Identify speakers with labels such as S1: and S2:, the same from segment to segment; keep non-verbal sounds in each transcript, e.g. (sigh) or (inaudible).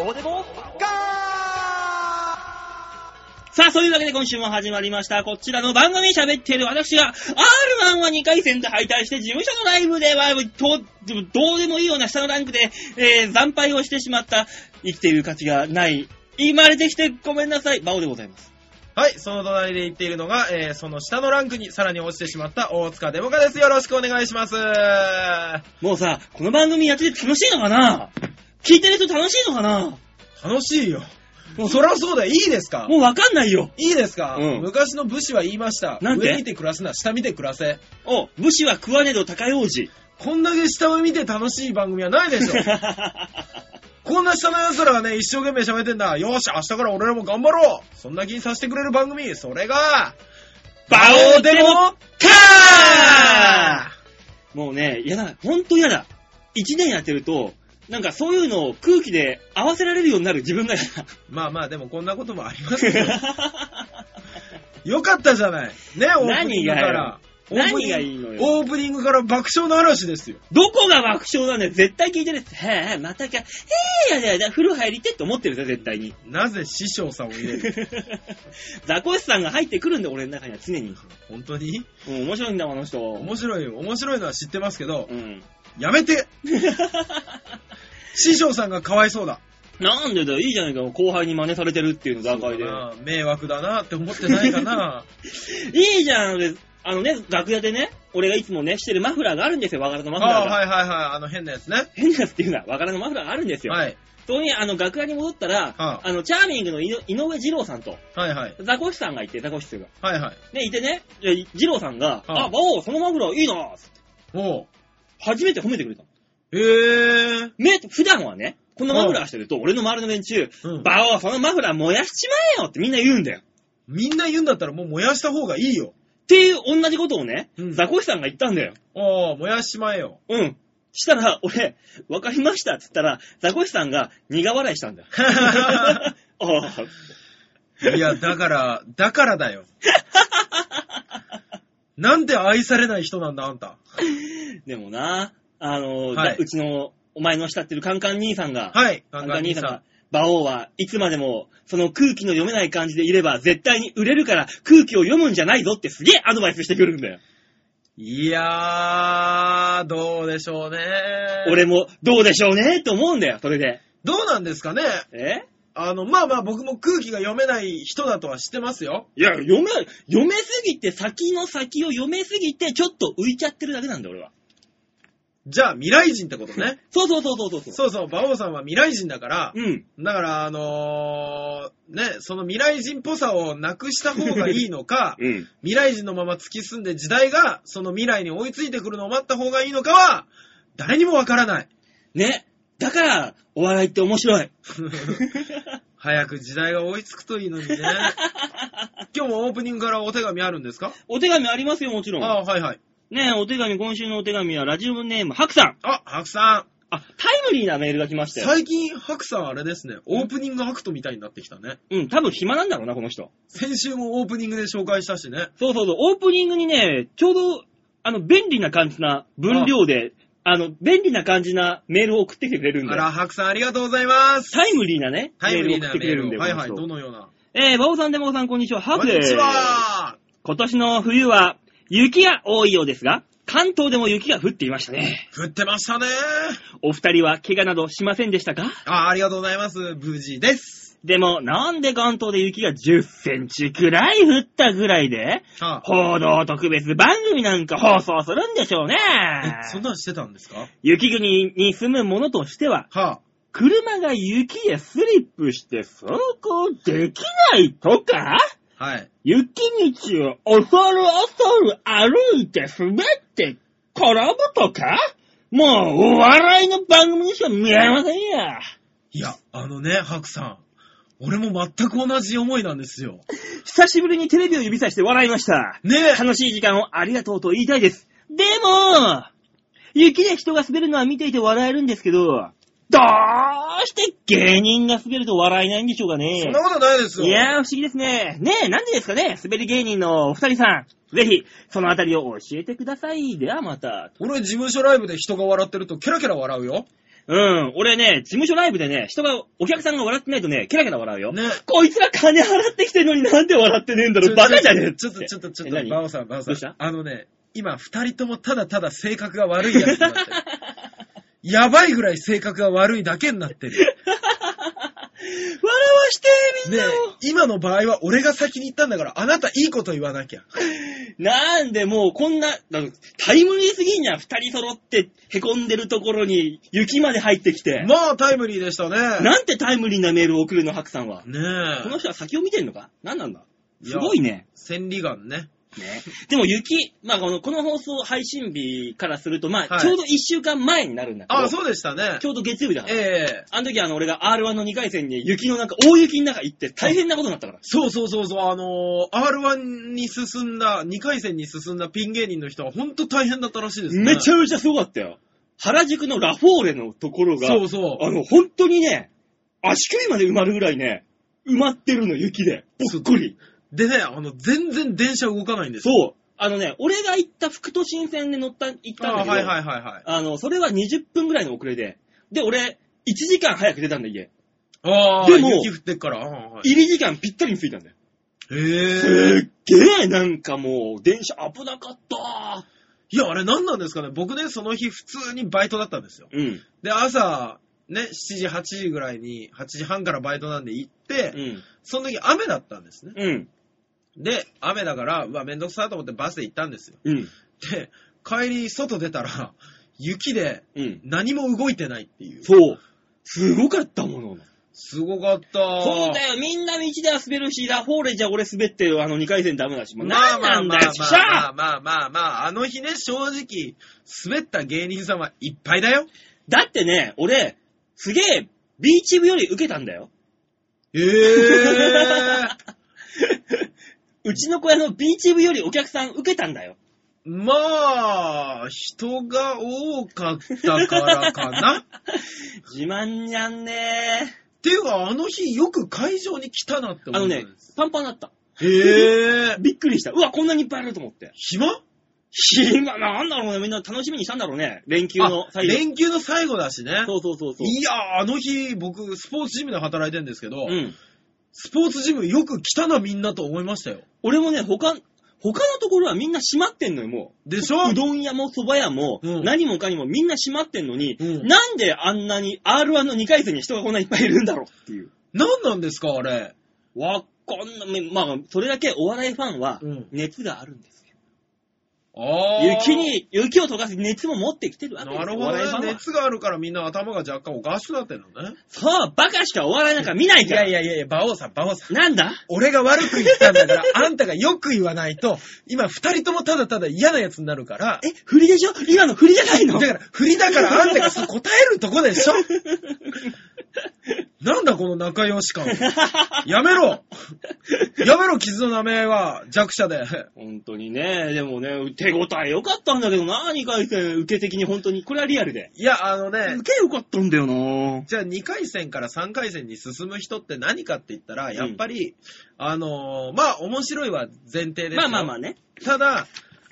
S1: オーデモガ
S2: さあ、そういうわけで今週も始まりました。こちらの番組喋っている私が、R1 は2回戦で敗退して、事務所のライブでは、とどうでもいいような下のランクで、えー、惨敗をしてしまった、生きている価値がない、生まれてきてごめんなさい、バオでございます。
S3: はい、その隣で言っているのが、えー、その下のランクにさらに落ちてしまった大塚デモカです。よろしくお願いします。楽
S2: もうさ、この番組やってて楽しいのかな聞いてる人楽しいのかな
S3: しいよ。
S2: もう
S3: そりゃそうだよ。いいですか
S2: もうわかんないよ。
S3: いいですか、
S2: うん
S3: 昔の武士は言いました。
S2: なんて
S3: 上見て暮らすな、下見て暮らせ。
S2: お、武士は食わねど高い王 (laughs) 子。
S3: こんだけ下を見て楽しい番組はないでしょ。
S2: (laughs)
S3: こんな下の奴らがね、一生懸命喋ってんだ。よし、明日から俺らも頑張ろう。そんな気にさせてくれる番組、それが、
S2: バオでも
S3: カ
S2: もうね、嫌だ、ほんと嫌だ。一年やってると、なんかそういうのを空気で合わせられるようになる自分が嫌 (laughs) だ。
S3: ーまあまあ、でもこんなこともありますよ。よかったじゃない。ね、オープニングから。オープニ
S2: 何
S3: ング
S2: がいいのよ。
S3: オープニングから爆笑の嵐ですよ。
S2: どこが爆笑なんだよ。絶対聞いてるっす。へえ、またか。へえ、やだやだ、風呂入りてって思ってるぜ、絶対に。 (laughs)
S3: なぜ師匠さんを入れる
S2: ザコシさんが入ってくるんで、俺の中には常に。
S3: 本当に
S2: うん、面白いんだもん、あの人。
S3: 面白いよ。面白いのは知ってますけど
S2: う、ん。 (laughs)
S3: やめて師匠さんがかわいそうだ。
S2: なんでだよ、いいじゃないか。後輩に真似されてるっていうの、段階で。
S3: なあ迷惑だなって思ってな
S2: (laughs)
S3: いかな。
S2: いいじゃん、俺あのね、楽屋でね、俺がいつもね、してるマフラーがあるんですよ、和柄のマフラー
S3: あ
S2: が。
S3: あ、はいはいはい。あの変なやつね。
S2: 変なやつっていうのは、和柄のマフラーがあるんですよ。
S3: はい。
S2: そこに、あの、楽屋に戻ったら、
S3: あ
S2: あの、チャーミングの井井上二郎さんと、
S3: はいはい。
S2: ザコシさんがいて、ザコシっていうか。
S3: はいはい。
S2: ね、いてね、で二郎さんが、
S3: ああ
S2: あ、バオ、そのマフラーいいなつって
S3: おう。
S2: 初めて褒めてくれたの。
S3: ええ
S2: め、普段はね、このマフラーしてると、俺の周りの連中、
S3: うん
S2: バオ、そのマフラー燃やしちまえよってみんな言うんだよ。
S3: みんな言うんだったらもう燃やした方がいいよ。
S2: っていう同じことをね、
S3: うん
S2: ザコシさんが言ったんだよ。
S3: おう、燃やしまえ
S2: (laughs)
S3: よ。
S2: うん。したら、俺、わかりましたって言ったら、ザコシさんが苦笑いしたん
S3: (laughs)
S2: だよ。ああ、
S3: いや、だから、だから
S2: (laughs)
S3: だよ。なんで愛されない人なんだ、あんた。
S2: でもな、あの、
S3: はいう
S2: ちの、お前の慕ってるカンカン兄さんが、
S3: はい、
S2: カ
S3: ガ
S2: ン
S3: ン
S2: カ
S3: ガ
S2: ン
S3: ン
S2: 兄
S3: 兄
S2: さん
S3: さ
S2: が、馬王はいつまでも、その空気の読めない感じでいれば、絶対に売れるから、空気を読むんじゃないぞってすげえアドバイスしてくるんだよ。
S3: ん。いやー、どうでしょうね。
S2: 俺。も、どうでしょうねと思うんだよ、それで。
S3: どうなんですかね
S2: え
S3: あの、まあまあ僕も空気が読めない人だとは知ってますよ。
S2: いや、読め、読めすぎて、先の先を読めすぎて、ちょっと浮いちゃってるだけなんだよ、俺は。
S3: じゃあ未来人ってこと
S2: (laughs)
S3: ね。
S2: そうそうそうそうそうそう。
S3: そうそう、馬王さんは未来人だから、
S2: うん。、
S3: だから、あのーね、その未来人っぽさをなくした方がいいのか
S2: うん。
S3: 未来人のまま突き進んで時代がその未来に追いついてくるのを待った方がいいのかは、誰にもわからない。 (laughs)
S2: ね。だから、お笑いって面白 (laughs) い。
S3: 早く時代が追いつくといいのにね。今日もオープニングからお手紙あるんですか
S2: お手紙ありますよ、もちろん。
S3: ああ、はいはい。
S2: ねお手紙、今週のお手紙は、ラジオネーム、ハクさん。
S3: あ、白さん。
S2: あ、タイムリーなメールが来ましたよ。
S3: 最近、白さんあれですね、オープニングアクトみたいになってきたね。
S2: うん、多分暇なんだろうな、この人。
S3: 先週もオープニングで紹介したしね。
S2: そうそうそう、オープニングにね、ちょうど、あの、便利な感じな分量で、あの、便利な感じなメールを送ってきてくれるん
S3: あ
S2: で。
S3: ら、白さんありがとうございます。
S2: タイムリーなね、
S3: タイムリー
S2: メールを送っ
S3: な
S2: てく
S3: メー
S2: れるん
S3: ル
S2: で。
S3: を。はいはい、
S2: この
S3: ど
S2: 人
S3: のような。
S2: えー、バオさん、デモさん、こんにちは。ハ
S3: こ
S2: ク
S3: ん
S2: で
S3: に
S2: す
S3: ち。は。
S2: 今年の冬は、雪が多いようですが、関東でも雪が降っていましたね。
S3: 降ってましたね。
S2: お二人は怪我などしませんでしたか
S3: あありがとうございます。無事です。
S2: でも、なんで関東で雪が10センチくらい降ったぐらいで、
S3: は
S2: 報道特別番組なんか放送するんでしょうね
S3: あ、え、そんなんしてたんですか
S2: 雪国に住む者としては、
S3: は
S2: 車が雪でスリップして走行できないとか
S3: あ、はい。
S2: 雪道を恐る恐る歩いて滑って転ぶとかもうお笑いの番組にしか見えませんや。
S3: いや、あのね、白さん。俺も全く同じ思いなんですよ。
S2: 久しぶりにテレビを指さして笑いました。
S3: ねえ。
S2: 楽しい時間をありがとうと言いたいです。でも、雪で人が滑るのは見ていて笑えるんですけど、どうして芸人が滑ると笑えないんでしょうかね。
S3: そんなことないですよ。
S2: いやー、不思議ですね。ねえ、なんでですかね滑り芸人のお二人さん。ぜひ、そのあたりを教えてください。ではまた。
S3: 俺、事務所ライブで人が笑ってると、ケラケラ笑うよ。
S2: うん。俺ね、事務所ライブでね、人が、お客さんが笑ってないとね、ケラケラ笑うよ。
S3: ね。
S2: こいつら金払ってきてんのになんで笑ってねえんだろ、バカじゃねえ
S3: ちょっと、ちょっと、ちょっ
S2: え
S3: と、
S2: 何
S3: バオさん、バオさ
S2: どうした
S3: ん。あのね、今、二人ともただただ性格が悪いやつになってる。やばいぐらい性格が悪いだけになって
S2: (laughs)
S3: る。
S2: 笑わしてみん
S3: ね
S2: なを、
S3: 今の場合は俺が先に言ったんだから、あなたいいこと言わなきゃ。
S2: なんでもうこんな、だタイムリーすぎんじゃん。二人揃って凹んでるところに雪まで入ってきて。
S3: まあ、タイムリーでしたね。
S2: なんてタイムリーなメールを送るの、白さんは。こ
S3: ね
S2: の
S3: え。
S2: 人は先を見てんのか何なんだ
S3: い
S2: す
S3: や
S2: ごいね。
S3: 千里眼ね。
S2: ね。でも雪、まあこの、この放送配信日からすると、まあ、
S3: はい
S2: ちょうど一週間前になるんだけど、
S3: ああ、そうでしたね
S2: ち。ょうど月曜日だから。
S3: ええ
S2: あの時あの、俺が R1 の2回戦に雪の中、大雪の中行って大変なことになったから。
S3: そうそうそうそう、あのー、R1 に進んだ、2回戦に進んだピン芸人の人は本当大変だったらしいですね。
S2: めちゃめちゃすごかったよ。原宿のラフォーレのところが、
S3: そうそう。
S2: あの、本当にね、足首まで埋まるぐらいね、埋まってるの、雪で。ぽっこり。
S3: でね、あの、全然電車動かないんですよ。
S2: そう。あのね、俺が行った副都心線で乗った、行ったんだ
S3: あ
S2: けど、
S3: はいはいはいはい。
S2: あの、それは20分ぐらいの遅れで。で、俺、1時間早く出たんだ、家。
S3: ああ、
S2: でも
S3: 雪降ってっから。あーはい
S2: 入り時間ぴったりに着いたんだよ。す
S3: へえ。
S2: っげえ、なんかもう、電車危なかった。
S3: いや、あれ何なんですかね僕ね、その日普通にバイトだったんですよ。
S2: うん。
S3: で、朝、ね、7時、8時ぐらいに、8時半からバイトなんで行って、
S2: うん。
S3: その時雨だったんですね。
S2: うん。
S3: で、雨だから、うわ、めんどくさと思ってバスで行ったんですよ。
S2: うん。
S3: で、帰り、外出たら、 (laughs) 雪で
S2: うん。
S3: 何も動いてないっていう。
S2: そう。すごかったもの。
S3: すごかった。
S2: そうだよ、みんな道では滑るし、ラフォーレじゃ俺滑ってる、あの2回戦ダメだし、もう
S3: まあ
S2: 何
S3: ま
S2: な
S3: あ
S2: ん
S3: ま
S2: だ
S3: あ
S2: よ、ちっしゃ
S3: まあまあまあまあ、あの日ね、正直、滑った芸人さんはいっぱいだよ。
S2: だってね、俺、すげえ、ビーチ部より受けたんだよ。
S3: ええ
S2: (laughs) うちの小屋のビーチ部よりお客さん受けたんだよ。
S3: まあ、人が多かったからかな。っ
S2: 自慢にゃんね
S3: ていうか、あの日よく会場に来たなって
S2: あ
S3: 思
S2: の
S3: うんで
S2: ね
S3: す。、
S2: パンパンだった。
S3: ええ
S2: (laughs) びっくりした。うわ、こんなにいっぱいあると思って。
S3: 暇
S2: 今、なんだろうね、みんな楽しみにしたんだろうね。連休の
S3: あ
S2: 最後。
S3: 連休の最後だしね。
S2: そうそうそうそう。
S3: いやー、あの日、僕、スポーツジムで働いてるんですけど、
S2: うん。
S3: スポーツジムよく来たな、みんなと思いましたよ。
S2: 俺もね、他、他のところはみんな閉まってんのよ、も
S3: でしょ (laughs)
S2: う。うどん屋も蕎麦屋も、
S3: うん
S2: 何もかにもみんな閉まってんのに、
S3: うん
S2: なんであんなに R1 の2回戦に人がこんなにいっぱいいるんだろうっていう。
S3: 何なんですか、あれ。
S2: わっかんない。まあ、それだけお笑いファンは
S3: うん
S2: 熱があるんですよ。
S3: あー
S2: 雪に、雪を溶かす熱も持ってきてるわけです
S3: な
S2: よ。
S3: る
S2: お
S3: ほ
S2: 笑いファ
S3: ど
S2: ン
S3: ね。
S2: は。
S3: 熱があるからみんな頭が若干おかしくなってるのね。
S2: そう、バカしかお笑いなんか見ないから。
S3: いやいやいや、馬王さん、馬王さん。
S2: なんだ
S3: 俺が悪く言ったんだから、あんたがよく言わないと、今二人ともただただ嫌なやつになるから、
S2: え、振りでしょ今の振りじゃないの
S3: (laughs) だから、振りだからあんたがそう答えるとこで
S2: (laughs)
S3: しょなんだこの仲良し感。やめろやめろ、傷の名前は弱者で。
S2: 本当にね、でもね、手応え良かったんだけどな、2回戦、受け的に本当に。これはリアルで。
S3: いや、あのね
S2: 受、け良かったんだよな
S3: じゃあ2回戦から3回戦に進む人って何かって言ったら、やっぱり、あのーまあ面白いは前提ですよ
S2: まあまあまあね。
S3: ただ、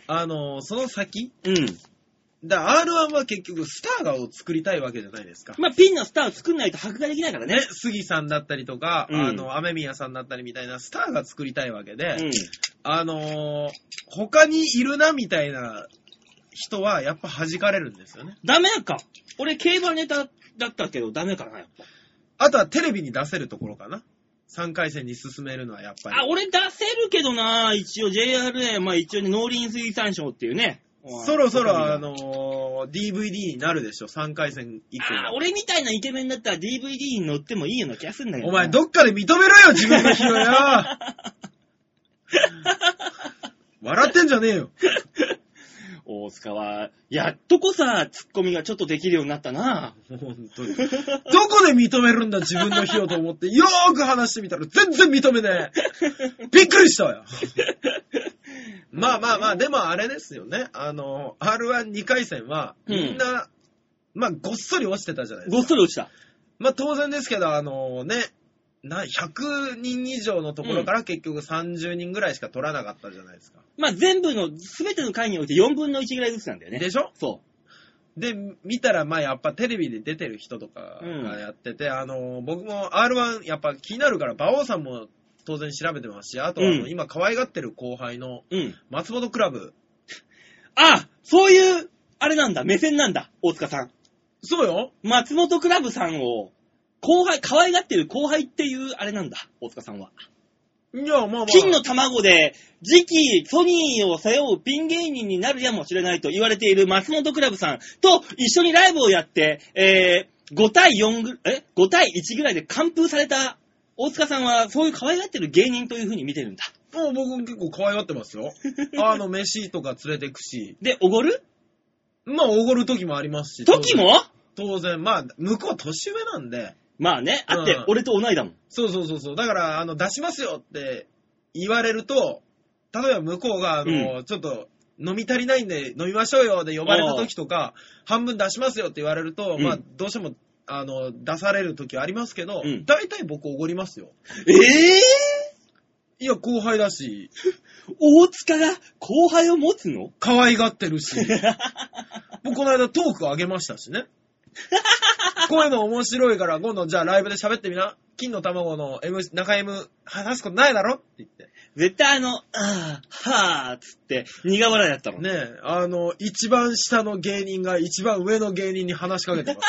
S3: あのーその先、
S2: うん。
S3: だ R1 は結局スターを作りたいわけじゃないですか。
S2: まあ、ピンのスターを作んないと箔ができないから
S3: ね
S2: ね。、
S3: 杉さんだったりとか、
S2: うん
S3: あの、雨宮さんだったりみたいなスターが作りたいわけで、
S2: うん。
S3: あのー他にいるなみたいな人はやっぱ弾かれるんですよね。
S2: ダメか。俺、競馬ネタだったけど、ダメかな、やっぱ。
S3: あとはテレビに出せるところかな。3回戦に進めるのはやっぱり。
S2: あ、俺出せるけどな一応 JRA、まあ一応ね、農林水産省っていうね。
S3: そろそろ
S2: あ
S3: あのー DVD になるでしょ、3回戦以
S2: あー、
S3: 降。
S2: 俺みたいなイケメンだったら DVD に載ってもいいような気がするんだけど
S3: お
S2: な。
S3: 前どっかで認めろよ、自分の日はよ笑ってんじゃねえよ。
S2: 大塚は、やっとこさ、ツッコミがちょっとできるようになったな。
S3: 本当に。どこで認めるんだ自分の費用と思って、よーく話してみたら全然認めねえ。びっくりしたよ。まあまあまあ、でもあれですよね。あの、R12 回戦は、
S2: うん
S3: みんな、まあ、ごっそり落ちてたじゃないですか。
S2: ごっそり落ちた。
S3: まあ当然ですけど、あのね、な、100人以上のところから結局30人ぐらいしか取らなかったじゃないですか。
S2: まあ、全部の、すべての回において4分の1ぐらいずつなんだよね。
S3: でしょ
S2: そ
S3: で、見たら、まあ、やっぱテレビで出てる人とかがやってて、あの、僕も R1、やっぱ気になるから、馬王さんも当然調べてますし、あと、あの
S2: うん
S3: 今可愛がってる後輩の
S2: うん。
S3: 松本クラブ。
S2: あそういう、あれなんだ、目線なんだ、大塚さん。
S3: そうよ
S2: 松本クラブさんを、後輩、可愛がってる後輩っていう、あれなんだ、大塚さんは。
S3: いや、まあまあ。
S2: 金の卵で、次期ソニーを背負うピン芸人になるやもしれないと言われている松本クラブさんと一緒にライブをやって、えー、5対4ぐ、え ?5 対1ぐらいで完封された大塚さんは、そういう可愛がってる芸人という風に見てるんだ。
S3: もう僕結構可愛がってます
S2: (laughs)
S3: よ。あの、飯とか連れてくし。
S2: で、おごる
S3: まあ、おごる時もありますし。
S2: 時も
S3: 当然、まあ、向こうは年上なんで、
S2: まあね、あって
S3: うん、
S2: 俺と同いだもん。
S3: そうそうそうそう。だから、あの、出しますよって言われると、例えば向こうが、あの、ちょっと、飲み足りないんで飲みましょうよで呼ばれた時とか、半分出しますよって言われると、
S2: うん
S3: まあ、どうしても、あの、出される時はありますけど、
S2: うん
S3: 大体僕おごりますよ。
S2: ええ
S3: いや、後輩だし、
S2: 大塚が後輩を持つの
S3: 可愛がって
S2: (laughs)
S3: るし、僕この間トークあげましたしね。こういうの面白いから、今度じゃあライブで喋ってみな。金の卵の M、中 M、話すことないだろって言って。
S2: 絶対あの、あー、はー、つって、苦笑いだったもんね。
S3: ねえ、あの、一番下の芸人が一番上の芸人に話しかけてます。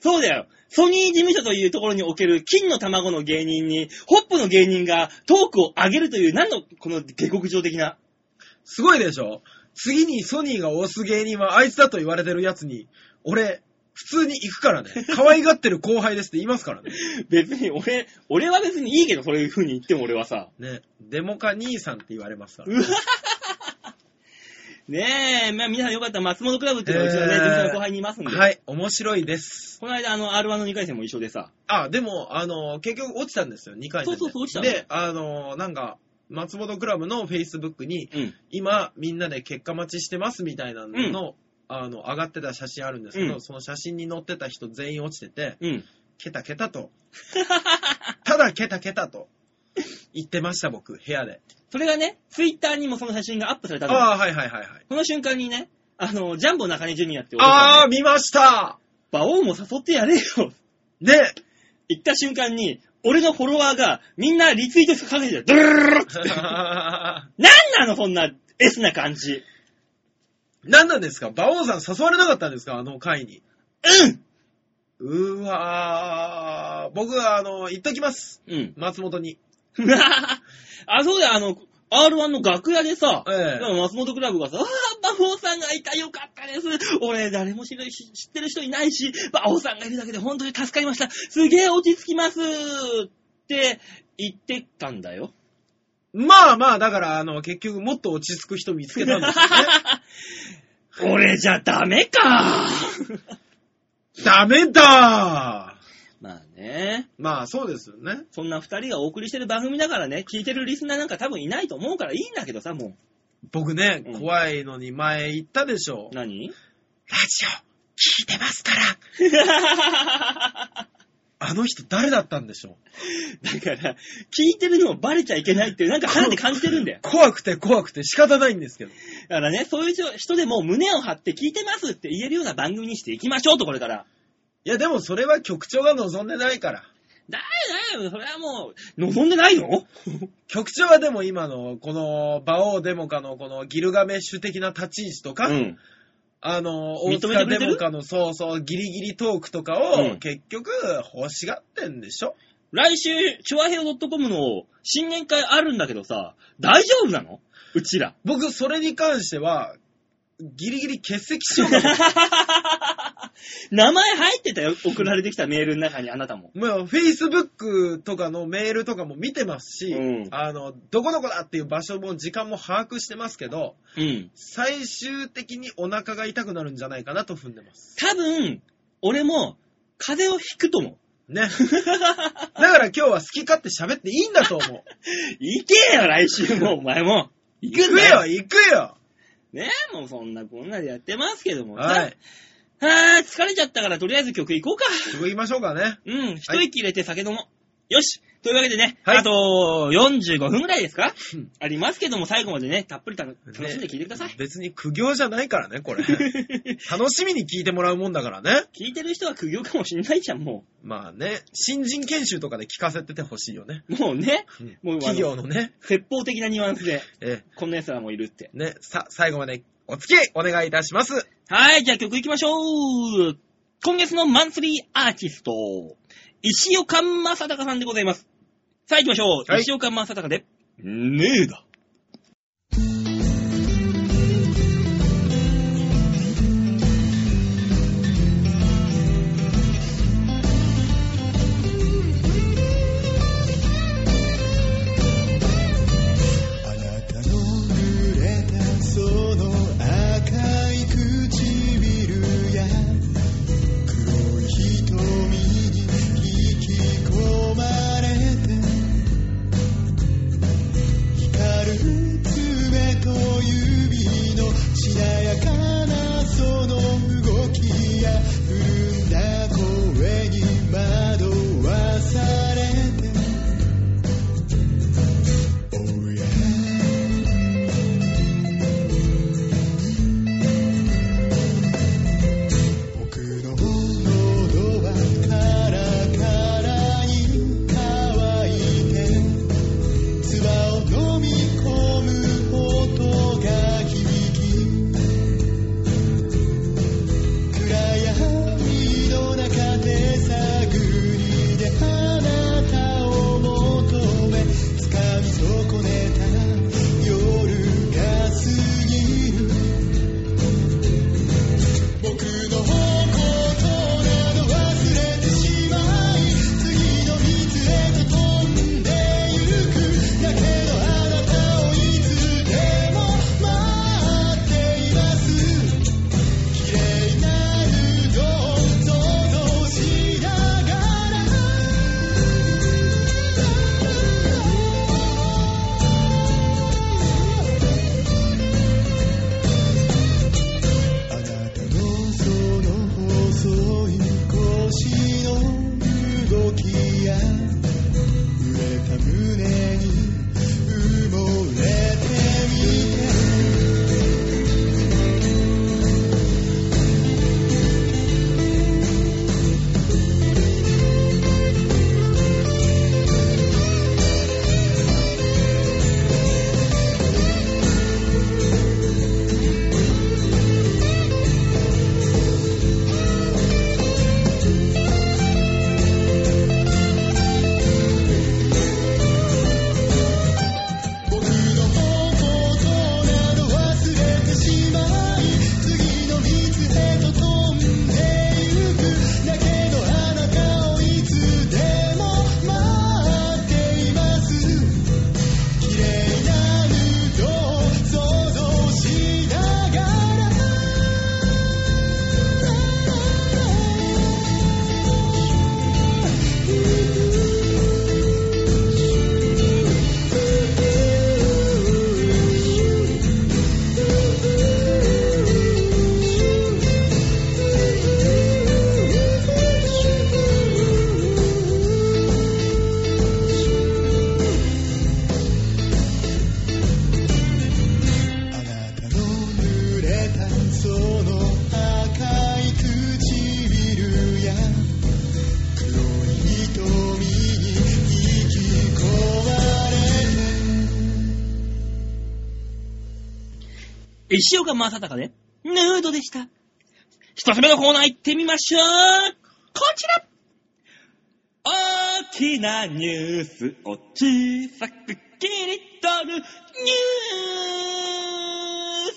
S3: (laughs)
S2: そうだよ。ソニー事務所というところにおける金の卵の芸人に、ホップの芸人がトークを上げるという、なんのこの下克上的な。
S3: すごいでしょ次にソニーが推す芸人はあいつだと言われてるやつに、俺、普通に行くからね。可愛がってる後輩ですって言いますからね。
S2: 別に俺、俺は別にいいけど、そういう風に言っても俺はさ。
S3: ね。デモカ兄さんって言われますから。
S2: うわねえ、まあ皆さんよかったら松本クラブっていうのがうちのね、
S3: えー
S2: 事務所の後輩にいますんで。
S3: はい、面白いです。
S2: この間あの R1 の2回戦も一緒でさ。
S3: あ、でも、あの、結局落ちたんですよ、2回戦で。
S2: そうそうそう落ちたの
S3: で、あの、なんか、松本クラブの Facebook に、
S2: うん。
S3: 今みんなで結果待ちしてますみたいなのの、あの上がってた写真あるんですけど、
S2: うん
S3: その写真に載ってた人全員落ちてて、
S2: うん。
S3: ケタケタ
S2: (laughs)
S3: と。ただケタケタと言ってました僕、部屋で。
S2: それがね、ツイッターにもその写真がアップされたの。
S3: ああ、はいはいはいはい。
S2: この瞬間にね、あの、ジャンボ中根ジュニアって男
S3: あ
S2: が
S3: あ、
S2: ね、
S3: 見ました
S2: 馬王も誘ってやれよ。
S3: ね (laughs)
S2: 言った瞬間に、俺のフォロワーがみんなリツイートしかけてる。ドゥルルルルルってなんなのそんなエスな感じ。
S3: 何なんですか馬王さん誘われなかったんですかあの回に。
S2: うん
S3: うーわー。僕は、あの、言っときます。
S2: うん。
S3: 松本に。
S2: あ、そうだよ、あの、R1 の楽屋でさ、
S3: ええ
S2: だから松本クラブがさ、ああ、馬王さんがいたよかったです。俺、誰も知るし知ってる人いないし、馬王さんがいるだけで本当に助かりました。すげえ落ち着きますって言ってたんだよ。
S3: まあまあ、だから、あの、結局、もっと落ち着く人見つけたんですよね。
S2: 俺じゃダメか
S3: ダメだ
S2: まあね。
S3: まあそうですよね。
S2: そんな二人がお送りしてる番組だからね、聞いてるリスナーなんか多分いないと思うからいいんだけどさ、も
S3: 僕ね、
S2: うん
S3: 怖いのに前言ったでしょ
S2: う。。何 (laughs)
S3: ラジオ、聞いてますから。あの人誰だったんでしょう。
S2: だから、聞いてるのをバレちゃいけないっていう、なんか腹で感じてるんだよ。
S3: 怖くて怖くて仕方ないんですけど。
S2: だからね、そういう人でも胸を張って聞いてますって言えるような番組にしていきましょうと、これから。
S3: いやでもそれは局長が望んでないから。
S2: だよだよ、それはもう、望んでないの
S3: 局長はでも今の、この、馬王デモカのこのギルガメッシュ的な立ち位置とか、
S2: うん。
S3: あの、
S2: 認め
S3: 大
S2: てくれてる
S3: 塚デモカのそうそう、ギリギリトークとか
S2: う
S3: を
S2: ん
S3: 結局欲しがってんでしょ、
S2: 来週、チョアヘオ .com の新年会あるんだけどさ、大丈夫なのうちら。
S3: 僕それに関しては、ギリギリ欠席しようかと思って
S2: (laughs) 名前入ってたよ、送られてきたメールの中にあなたも。
S3: まあ、フェイスブックとかのメールとかも見てますし、
S2: うん
S3: あの、どこどこだっていう場所も時間も把握してますけど、
S2: うん。
S3: 最終的にお腹が痛くなるんじゃないかなと踏んでます。
S2: 多分、俺も、風邪をひくと思う。 (laughs)
S3: ね。だから今日は好き勝手喋っていいんだと思う。
S2: 行けよ、来週も、お前も。 (laughs) 行
S3: 行
S2: くん
S3: く
S2: だよ
S3: よ、。行くよ
S2: ねえ、もうそんなこんなでやってますけどもさ。
S3: はい。
S2: はーい、疲れちゃったからとりあえず曲行こうか。
S3: すぐ行きましょうかね。
S2: うん、一息入れて酒飲もう。よしというわけでね、
S3: はい
S2: あと45分ぐらいですか
S3: うん
S2: ありますけども、最後までね、たっぷりた楽しんで聞いてください。 (laughs)
S3: 別に苦行じゃないからね、これ。楽しみに聞いてもらうもんだからね。
S2: 聞いてる人は苦行かもしんないじゃん、も
S3: まあね、新人研修とかで聞かせててほしいよね。
S2: う。もうね、もうあの
S3: 企業のね、
S2: 説法的なニュアンスで、
S3: え
S2: こんな奴らもいるって。
S3: ね、さ、最後までお付き合いお願いいたします。
S2: はい、じゃあ曲行きましょう今月のマンスリーアーティスト、石岡正隆さんでございます。さあ行きましょう、
S3: はい
S2: 石岡正隆で、ねえだ。
S1: あなたの濡れたその赤い唇や黒い瞳に引き込まれて光る爪と指のしなやかなその動きや潤んだ声に惑わされて Oh yeah 僕の喉はカラカラに乾いて唾を飲み込む音が響き暗闇の中で探りであなたを求め掴み損ねた夜が過ぎる僕のことなど忘れてしまい次の蜜へと飛んでゆくだけどあなたをいつでも待っています綺麗な布を想像しながらあなたのその細い腰の動きや触れた胸に埋もれてみて僕のことなど忘れてしまい次の蜜へと飛んでゆくだけどあなたをいつでも待っています綺麗なルートを想像しながらあなたの濡れたその赤い唇や黒い瞳に引き込まれて
S2: 石岡正隆で、ヌードでした。一つ目のコーナー行ってみましょうこちら大きなニュースを小さく切り取るニ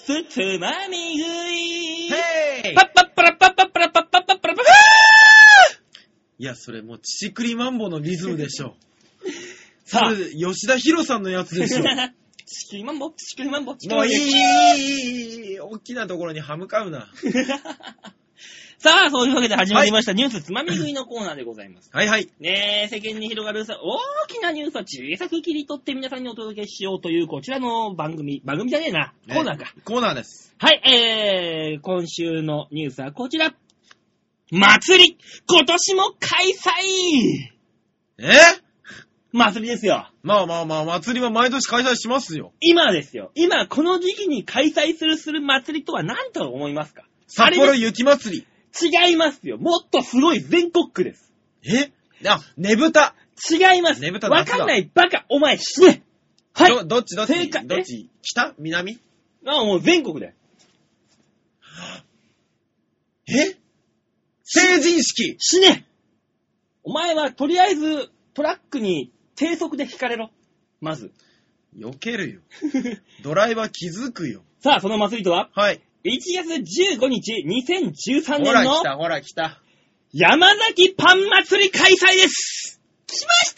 S2: ュースつまみ食い
S3: へ
S2: パッパッパラパッパッパラパッパッパッパラパッ
S3: いや、それもう、ちくりマンボのリズムでしょ。 (laughs) そ
S2: さあ
S3: れ、吉田博さんのやつでしょ。
S2: チキンマンボチキンマンボチキン
S3: (laughs) も
S2: マ
S3: う
S2: ン
S3: い
S2: ボ
S3: い、いい、いい、いい、大きなところに歯向かうな。
S2: さあ、そういうわけで始まりました、ニュースつまみ食いのコーナーでございます。
S3: はいはい。
S2: ねえ、世間に広がるさ大きなニュースを小さく切り取って皆さんにお届けしようというこちらの番組、番組じゃねえな、
S3: ね
S2: コーナーか。。
S3: コーナーです。
S2: はい、えー、今週のニュースはこちら。祭り今年も開催
S3: え
S2: 祭りですよ。
S3: まあまあまあ、祭りは毎年開催しますよ。
S2: 今ですよ。今、この時期に開催するする祭りとは何と思いますか
S3: 札幌雪祭り。
S2: 違いますよ。もっとすごい全国区です。
S3: えあ、ねぶた。
S2: 違います。
S3: ねぶた
S2: わ
S3: 夏だ
S2: かんないバカ、お前死ねはい。
S3: ど、どっちどっ
S2: 正
S3: ち
S2: 解
S3: どっち北南
S2: あもう全国で。
S3: え成人式。
S2: 死ねお前はとりあえずトラックに低速で引かれろ。まず。
S3: 避けるよ。ドライバー気づくよ。
S2: さあ、その祭りとは、
S3: はい。
S2: 1月15日2013
S3: ほ
S2: 年
S3: ら
S2: の
S3: 来た、ほら来た。
S2: 山崎パン祭り開催です来まし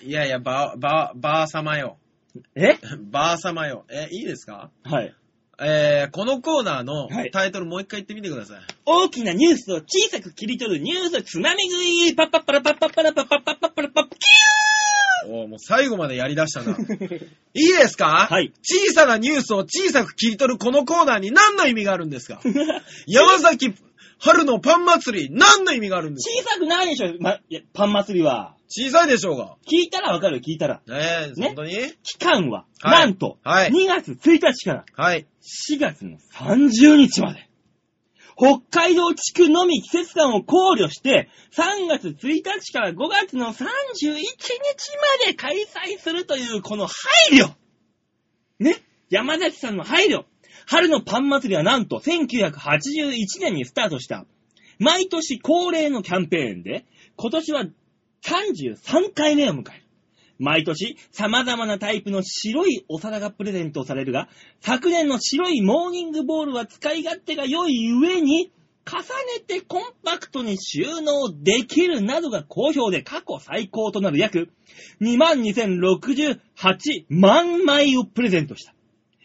S2: た
S3: いやいや、ば、ば、ばあ様よ。 (laughs)
S2: ーえ
S3: ばあ様よ。え、いいですか
S2: はい。
S3: えー、このコーナーの
S2: はい
S3: タイトルもう一回言ってみてください。
S2: 大きなニュースを小さく切り取るニュースつまみ食いパッパッパラパッパッパラパッパッパッパッパラパッパキ
S3: おーもう最後までやり出し
S2: (laughs)
S3: たな。い
S2: ュー
S3: いですか
S2: はい。
S3: 小さなニュースを小さく切り取るこのコーナーに何の意味がある
S2: (laughs)
S3: んですか山崎春のパン祭り、何の意味があるんですか
S2: 小さくないでしょ、ま、いやパン祭りは。
S3: 小さいでしょうが。
S2: 聞いたらわかる、聞いたら。
S3: ねえ、
S2: ね
S3: 本当に
S2: 期間は、
S3: はい
S2: なんと、
S3: はい
S2: 2月1日から
S3: はい。
S2: 4月の30日まで。北海道地区のみ季節感を考慮して、3月1日から5月の31日まで開催するというこの配慮ね山崎さんの配慮春のパン祭りはなんと1981年にスタートした、毎年恒例のキャンペーンで、今年は33回目を迎える。毎年様々なタイプの白いお皿がプレゼントされるが、昨年の白いモーニングボールは使い勝手が良い上に、重ねてコンパクトに収納できるなどが好評で過去最高となる約22,068万枚をプレゼントした。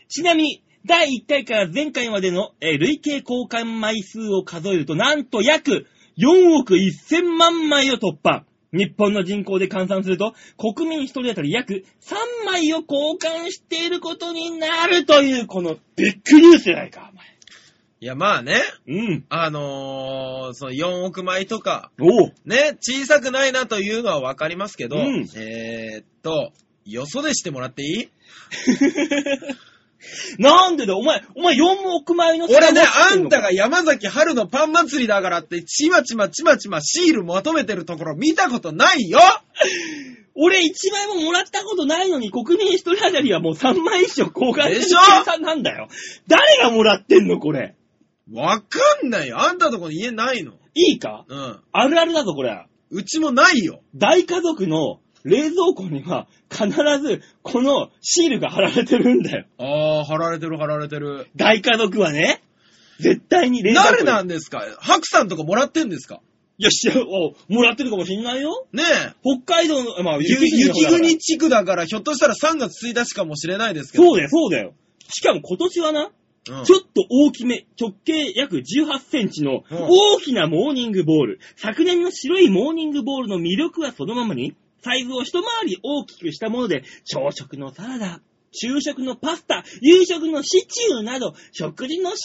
S2: ちなみに、第1回から前回までの、えー累計交換枚数を数えると、なんと約4億1000万枚を突破。日本の人口で換算すると、国民一人当たり約3枚を交換していることになるという、このビッグニュースじゃないか、
S3: いや、まあね、
S2: お前。うん。
S3: あのー、その4億枚とか、
S2: お
S3: (laughs)
S2: う。
S3: ね、小さくないなというのはわかりますけど、
S2: うん
S3: えーっと、よそでしてもらっていい
S2: なんでだ、お前、お前4億枚の
S3: 俺
S2: 持
S3: ね、
S2: っ
S3: あ
S2: ての
S3: ん
S2: か
S3: たが山崎春のパン祭りだからって、ちまちまちまちまシールまとめてるところ見たことないよ
S2: 俺1枚ももらったことないのに、国民一人当たりはもう3枚以上交換してる
S3: でしょ
S2: 計算なんだよ。誰がもらってんの、これ。
S3: わかんないよ。あんたとこに家ないの。
S2: いいか
S3: うん。
S2: あるあるだぞ、これ。
S3: うちもないよ。
S2: 大家族の冷蔵庫には必ずこのシールが貼られてるんだよ。
S3: あー、貼られてる貼られてる。
S2: 大家族はね、絶対に冷蔵庫に。
S3: 誰なんですか白さんとかもらってんですか
S2: いや、しおもらってるかもしんないよ。
S3: ねえ。
S2: 北海道の、まあ、
S3: ゆ
S2: の方
S3: 雪
S2: だから
S3: 国地区だから、ひょっとしたら3月1日かもしれないですけど。
S2: そうだよ、そうだよ。しかも今年はな、
S3: うん
S2: ちょっと大きめ、直径約18センチの
S3: うん
S2: 大きなモーニングボール。昨年の白いモーニングボールの魅力はそのままに、サイズを一回り大きくしたもので、朝食のサラダ、昼食のパスタ、夕食のシチューなど、食事のシ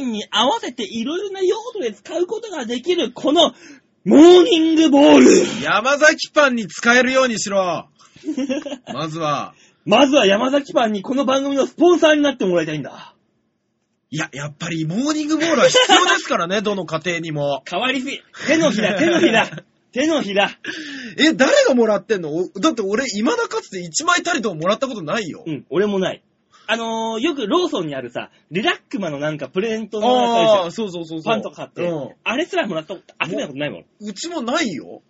S2: ーンに合わせていろいろな用途で使うことができる、この、モーニングボール (laughs)
S3: 山崎パンに使えるようにしろ。 (laughs) まずは。
S2: まずは山崎パンにこの番組のスポンサーになってもらいたいんだ。
S3: いや、やっぱりモーニングボールは必要ですからね、 (laughs) どの家庭にも。
S2: 変わりすぎ。手のひら、手のひ (laughs) ら。手のひら。
S3: え、誰がもらってんのおだって俺、未だかつて1枚たりとももらったことないよ
S2: う。ん、俺もない。あのー、よくローソンにあるさ、リラックマのなんかプレゼントのやつあるじゃん
S3: ー、そうそうそうそう。
S2: パンとか買って、
S3: う
S2: あれすらもらったこと、集めたことないもん。
S3: ん。うちもないよ。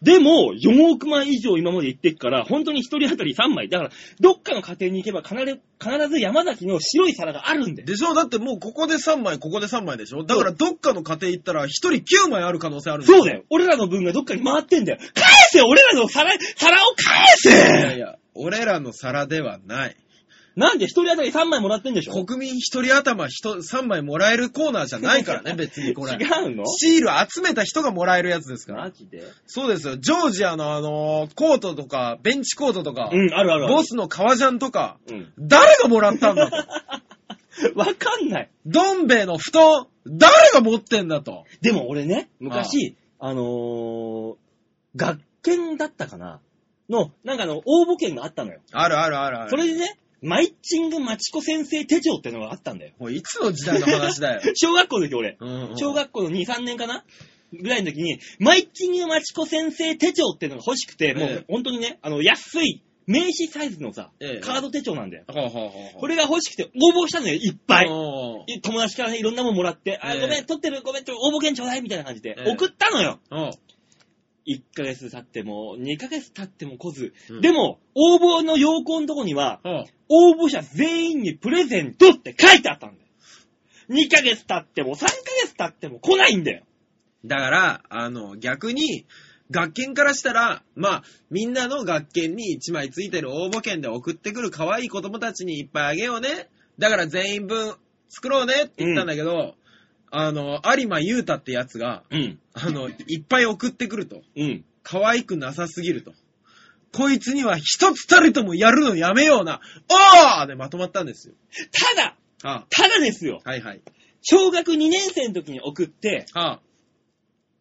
S2: でも、4億枚以上今まで行ってっから、本当に1人当たり3枚。だから、どっかの家庭に行けば必ず、必ず山崎の白い皿があるんで。
S3: でしょだってもうここで3枚、ここで3枚でしょだからどっかの家庭行ったら1人9枚ある可能性あるん
S2: そうだ
S3: よ。
S2: よ。俺らの分がどっかに回ってんだよ。返せ俺らの皿、皿を返
S3: いやい
S2: せ
S3: や、俺らの皿ではない。
S2: なんで1人当たり3枚もらってんでしょ
S3: 国民1人頭3枚もらえるコーナーじゃないからね、 (laughs) 別にこれ。
S2: 違うの
S3: シール集めた人がもらえるやつですから。
S2: マジで
S3: そうですよ。ジョージアのあのーコートとか、ベンチコートとか、
S2: うん、あるあるある。
S3: ボスの革ジャンとか、
S2: うん。
S3: 誰がもらったんだ
S2: (laughs)
S3: と。
S2: わかんない。
S3: どん兵衛の布団、誰が持ってんだと。
S2: でも俺ね、昔、あのー、学研だったかなの、なんかあの、応募券があったのよ。
S3: あるあるあるある。
S2: それでね、マイッチングマチコ先生手帳ってのがあったんだよ。
S3: もういつの時代の話だよ。
S2: 小学校の時俺。
S3: うんうん
S2: 小学校の2、3年かなぐらいの時に、マイッチングマチコ先生手帳ってのが欲しくて、も
S3: え
S2: う
S3: え
S2: 本当にね、あの、安い名刺サイズのさ
S3: ええ、
S2: カード手帳なんだよ。
S3: ほうほうほうほう
S2: これが欲しくて応募したのよ、いっぱい。
S3: おー
S2: い友達からね、いろんなもんもらって、あ、
S3: ええ
S2: ごめん、取ってる、ごめん、ちょ、応募券ちょうだい、みたいな感じで
S3: え、え
S2: 送ったのよ。
S3: おう
S2: 1ヶ月経っても、2ヶ月経っても来ず
S3: う。ん
S2: でも、応募の要項のとこには、
S3: おう
S2: 応募者全員にプレゼントって書いてあったんだよ。2ヶ月経っても、3ヶ月経っても来ないんだよ。
S3: だから、あの、逆に、学研からしたら、まあ、みんなの学研に1枚ついてる応募券で送ってくる可愛い子供たちにいっぱいあげようね。だから全員分作ろうねって言ったんだけど、あの、有馬優太ってやつが、
S2: うん。
S3: あの、いっぱい送ってくると。
S2: うん。
S3: 可愛くなさすぎると。こいつには一つたりともやるのやめような、おーでまとまったんですよ。
S2: ただ、
S3: あ
S2: ただですよ。
S3: はいはい。
S2: 小学2年生の時に送って、
S3: あ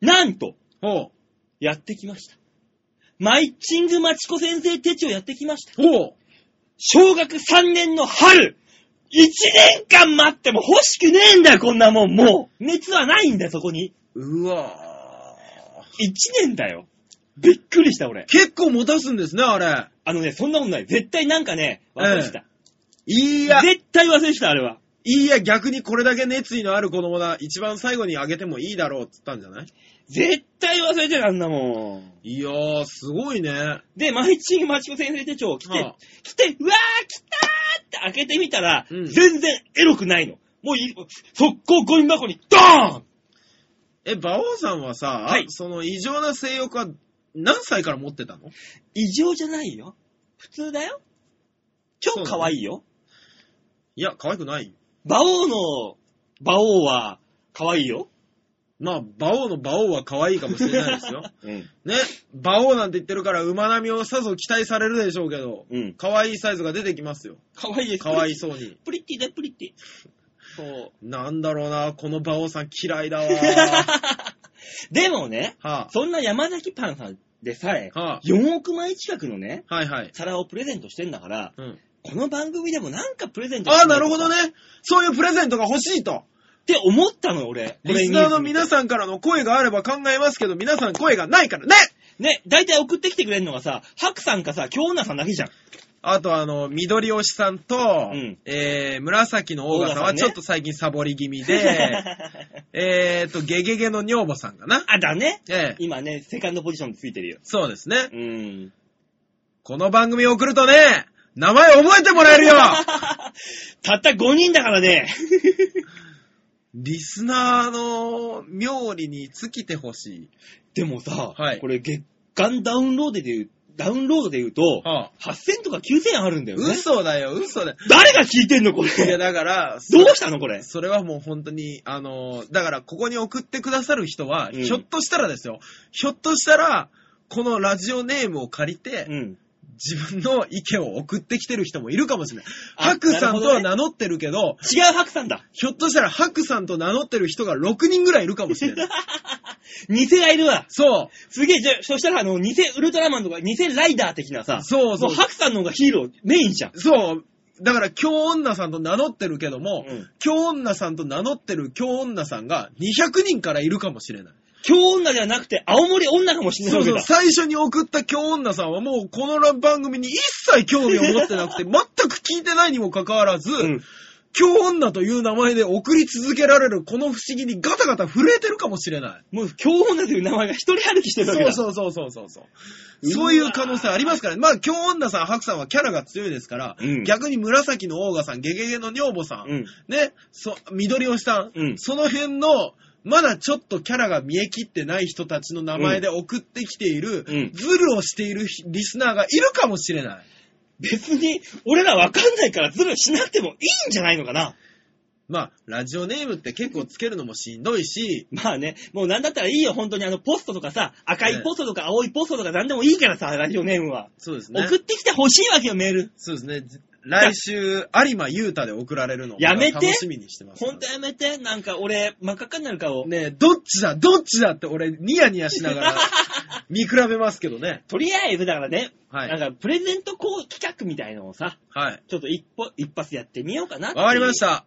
S2: なんと、
S3: ほう。
S2: やってきました。マイチングマチコ先生手帳やってきました。
S3: ほう。
S2: 小学3年の春、1年間待っても欲しくねえんだよ、こんなもん、もう。熱はないんだよ、そこに。
S3: うわー。
S2: 1年だよ。びっくりした、俺。
S3: 結構持たすんですね、あれ。
S2: あのね、そんなことない。絶対なんかね、忘れてた。
S3: いや、
S2: 絶対忘れてた、あれは。
S3: いや、逆にこれだけ熱意のある子供だ。一番最後にあげてもいいだろうって言ったんじゃない
S2: 絶対忘れてた、あんなもん。
S3: いやー、すごいね。
S2: で、マイチングマチコ先生手帳を来て、
S3: はあ
S2: 来て、うわー、来たーって開けてみたら、
S3: うん
S2: 全然エロくないの。もうい、速攻ゴミ箱にドーン
S3: え、馬王さんはさ、
S2: はい
S3: その異常な性欲は何歳から持ってたの
S2: 異常じゃないよ。普通だよ。超可愛いよ。
S3: いや、可愛くない。
S2: 馬王の、馬王は、可愛いよ。
S3: まあ、馬王の馬王は可愛いかもしれないで
S2: (laughs)
S3: すよ。
S2: うん。
S3: ね、馬王なんて言ってるから馬並みをさぞ期待されるでしょうけど、
S2: うん。
S3: 可愛いサイズが出てきますよ。
S2: 可愛いです。
S3: 可愛そうに。
S2: プリッティだよ、プリッティ。 (laughs) そう。
S3: なんだろうな、この馬王さん嫌いだわ。
S2: (laughs)
S3: は
S2: でもね、
S3: あ、
S2: そんな山崎パンさんでさえ、
S3: は
S2: 4億枚近くのね、
S3: あ、はいはい。
S2: 皿をプレゼントしてんだから、
S3: うん。
S2: この番組でもなんかプレゼント
S3: ああ、なるほど
S2: ね。
S3: ね。そういうプレゼントが欲しいと。
S2: って思ったのよ、俺。
S3: リスナーの皆
S2: さ
S3: さんからの声があれば考えますけど、皆さん声がないからね
S2: ん。ね、大体送ってきてくれるのがさ、ハクさんかさ、京奈さんだけじゃん。
S3: あと、あの、緑推しさんと、
S2: うん
S3: えー、紫のオーガさ
S2: オーガ
S3: ん
S2: さ
S3: は
S2: んね
S3: ちょっと最近サボり気味で、えーと、ゲゲゲの女房さんかな。
S2: (laughs) あ、だね。
S3: ええ
S2: 今ね、セカンドポジションについてるよ。
S3: そうですね
S2: う。ーん。
S3: この番組を送るとね、名前覚えてもらえ
S2: (laughs)
S3: るよ
S2: たった5人だから
S3: (laughs)
S2: ね。
S3: リスナーの妙利に尽きてほし
S2: でもさ、
S3: はい
S2: これ月間ダウンロードで言う、ダウンロードで言うと
S3: い。、はあ、
S2: 8000とか9000あるんだよね。
S3: 嘘だよ、
S2: (laughs)
S3: 嘘だよ。
S2: 誰が聞いてんのこれ。
S3: い
S2: ど
S3: や、だから、
S2: うしたのこれ。
S3: それはもう本当に、あのーだからここに送ってくださる人は、
S2: うん
S3: ひょっとしたらですよ、ひょっとしたら、このラジオネームを借りて、
S2: うん。
S3: 自分の意見を送ってきてる人もいるかもしれない。
S2: あ
S3: ハクさんとは
S2: な
S3: 名乗ってるけど、
S2: 違うハクさんだ。
S3: ひょっとしたらハクさんと名乗ってる人が6人ぐらいいるかもし
S2: (laughs)
S3: れない。
S2: 偽がいるわ。
S3: そう。
S2: すげえ、じゃ、そしたらあの、偽ウルトラマンとか、偽ライダー的なさ、
S3: そうそう
S2: もうハクさんの方がヒーロー、メインじゃん。
S3: そう。だから、京女さんと名乗ってるけども、
S2: うん
S3: 京女さんと名乗ってる京女さんが200人からいるかもしれない。
S2: 京女ではなくて、青森女かもしれない
S3: そ
S2: わ
S3: う
S2: け
S3: そう、
S2: だ。
S3: 最初に送った京女さんはもうこの番組に一切興味を持ってな (laughs) くて、全く聞いてないにもかかわらず、
S2: うん
S3: 京女という名前で送り続けられるこの不思議にガタガタ震えてるかもしれない。
S2: もう、京女という名前が一人歩きしてるわけ
S3: そ
S2: だ。
S3: うそうそうそうそうそう。
S2: うわ
S3: そういう可能性ありますからね。まあ、京女さん、白さんはキャラが強いですから、
S2: うん
S3: 逆に紫のオーガさん、ゲゲゲの女房さん、
S2: うん
S3: ね、そ、緑をしたん、
S2: うん
S3: その辺の、まだちょっとキャラが見えきってない人たちの名前で送ってきている、
S2: うん
S3: ズルをしているひリスナーがいるかもしれない。
S2: 別に、俺らわかんないからズルしなくてもいいんじゃないのかな。
S3: まあ、ラジオネームって結構つけるのもしんどいし、
S2: まあね、もうなんだったらいいよ、本当にあの、ポストとかさ、赤
S3: ええ
S2: いポストとか青いポストとかなんでもいいからさ、ラジオネームは。
S3: そうですね。
S2: 送ってきてほしいわけよ、メール。
S3: そうですね。来週、有馬優太で送られるのを
S2: やめて
S3: 楽しみにしてます。
S2: ほんとやめて。なんか俺、真っ赤っかになる顔。
S3: ねえ、どっちだ、どっちだって俺、ニヤニヤしな (laughs) がら見比べますけどね。
S2: とりあえず、だからね、
S3: はい
S2: なんかプレゼントこう企画みたいのをさ、
S3: はい。
S2: ちょっと一歩、一発やってみようかなっていう
S3: わかりまし。た。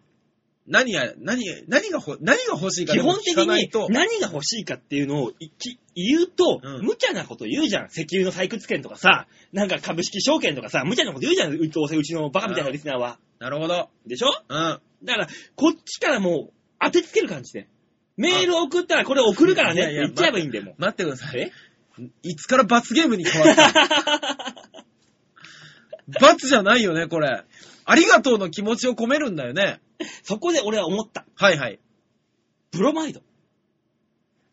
S3: 何や、何や、何がほ、何が欲しいか
S2: 基
S3: でも
S2: 本的
S3: 聞かない
S2: に
S3: と。
S2: 何が欲しいかっていうのをいき言うと、
S3: うん
S2: 無茶なこと言うじゃん。石油の採掘権とかさ、なんか株式証券とかさ、無茶なこと言うじゃん。うどうせうちのバカみたいなリスナーは。
S3: なるほど。
S2: でしょ
S3: うん。
S2: だから、こっちからもう当てつける感じで。メール送ったらこれ送るからね
S3: い
S2: っ
S3: や
S2: て
S3: いや
S2: 言っちゃえばいいんだよ、もう。
S3: 待ってください。
S2: え
S3: いつから罰ゲームに変わった (laughs) 罰じゃないよね、これ。ありがとうの気持ちを込めるんだよね。
S2: そこで俺は思った。
S3: はいはい。
S2: ブロマイド。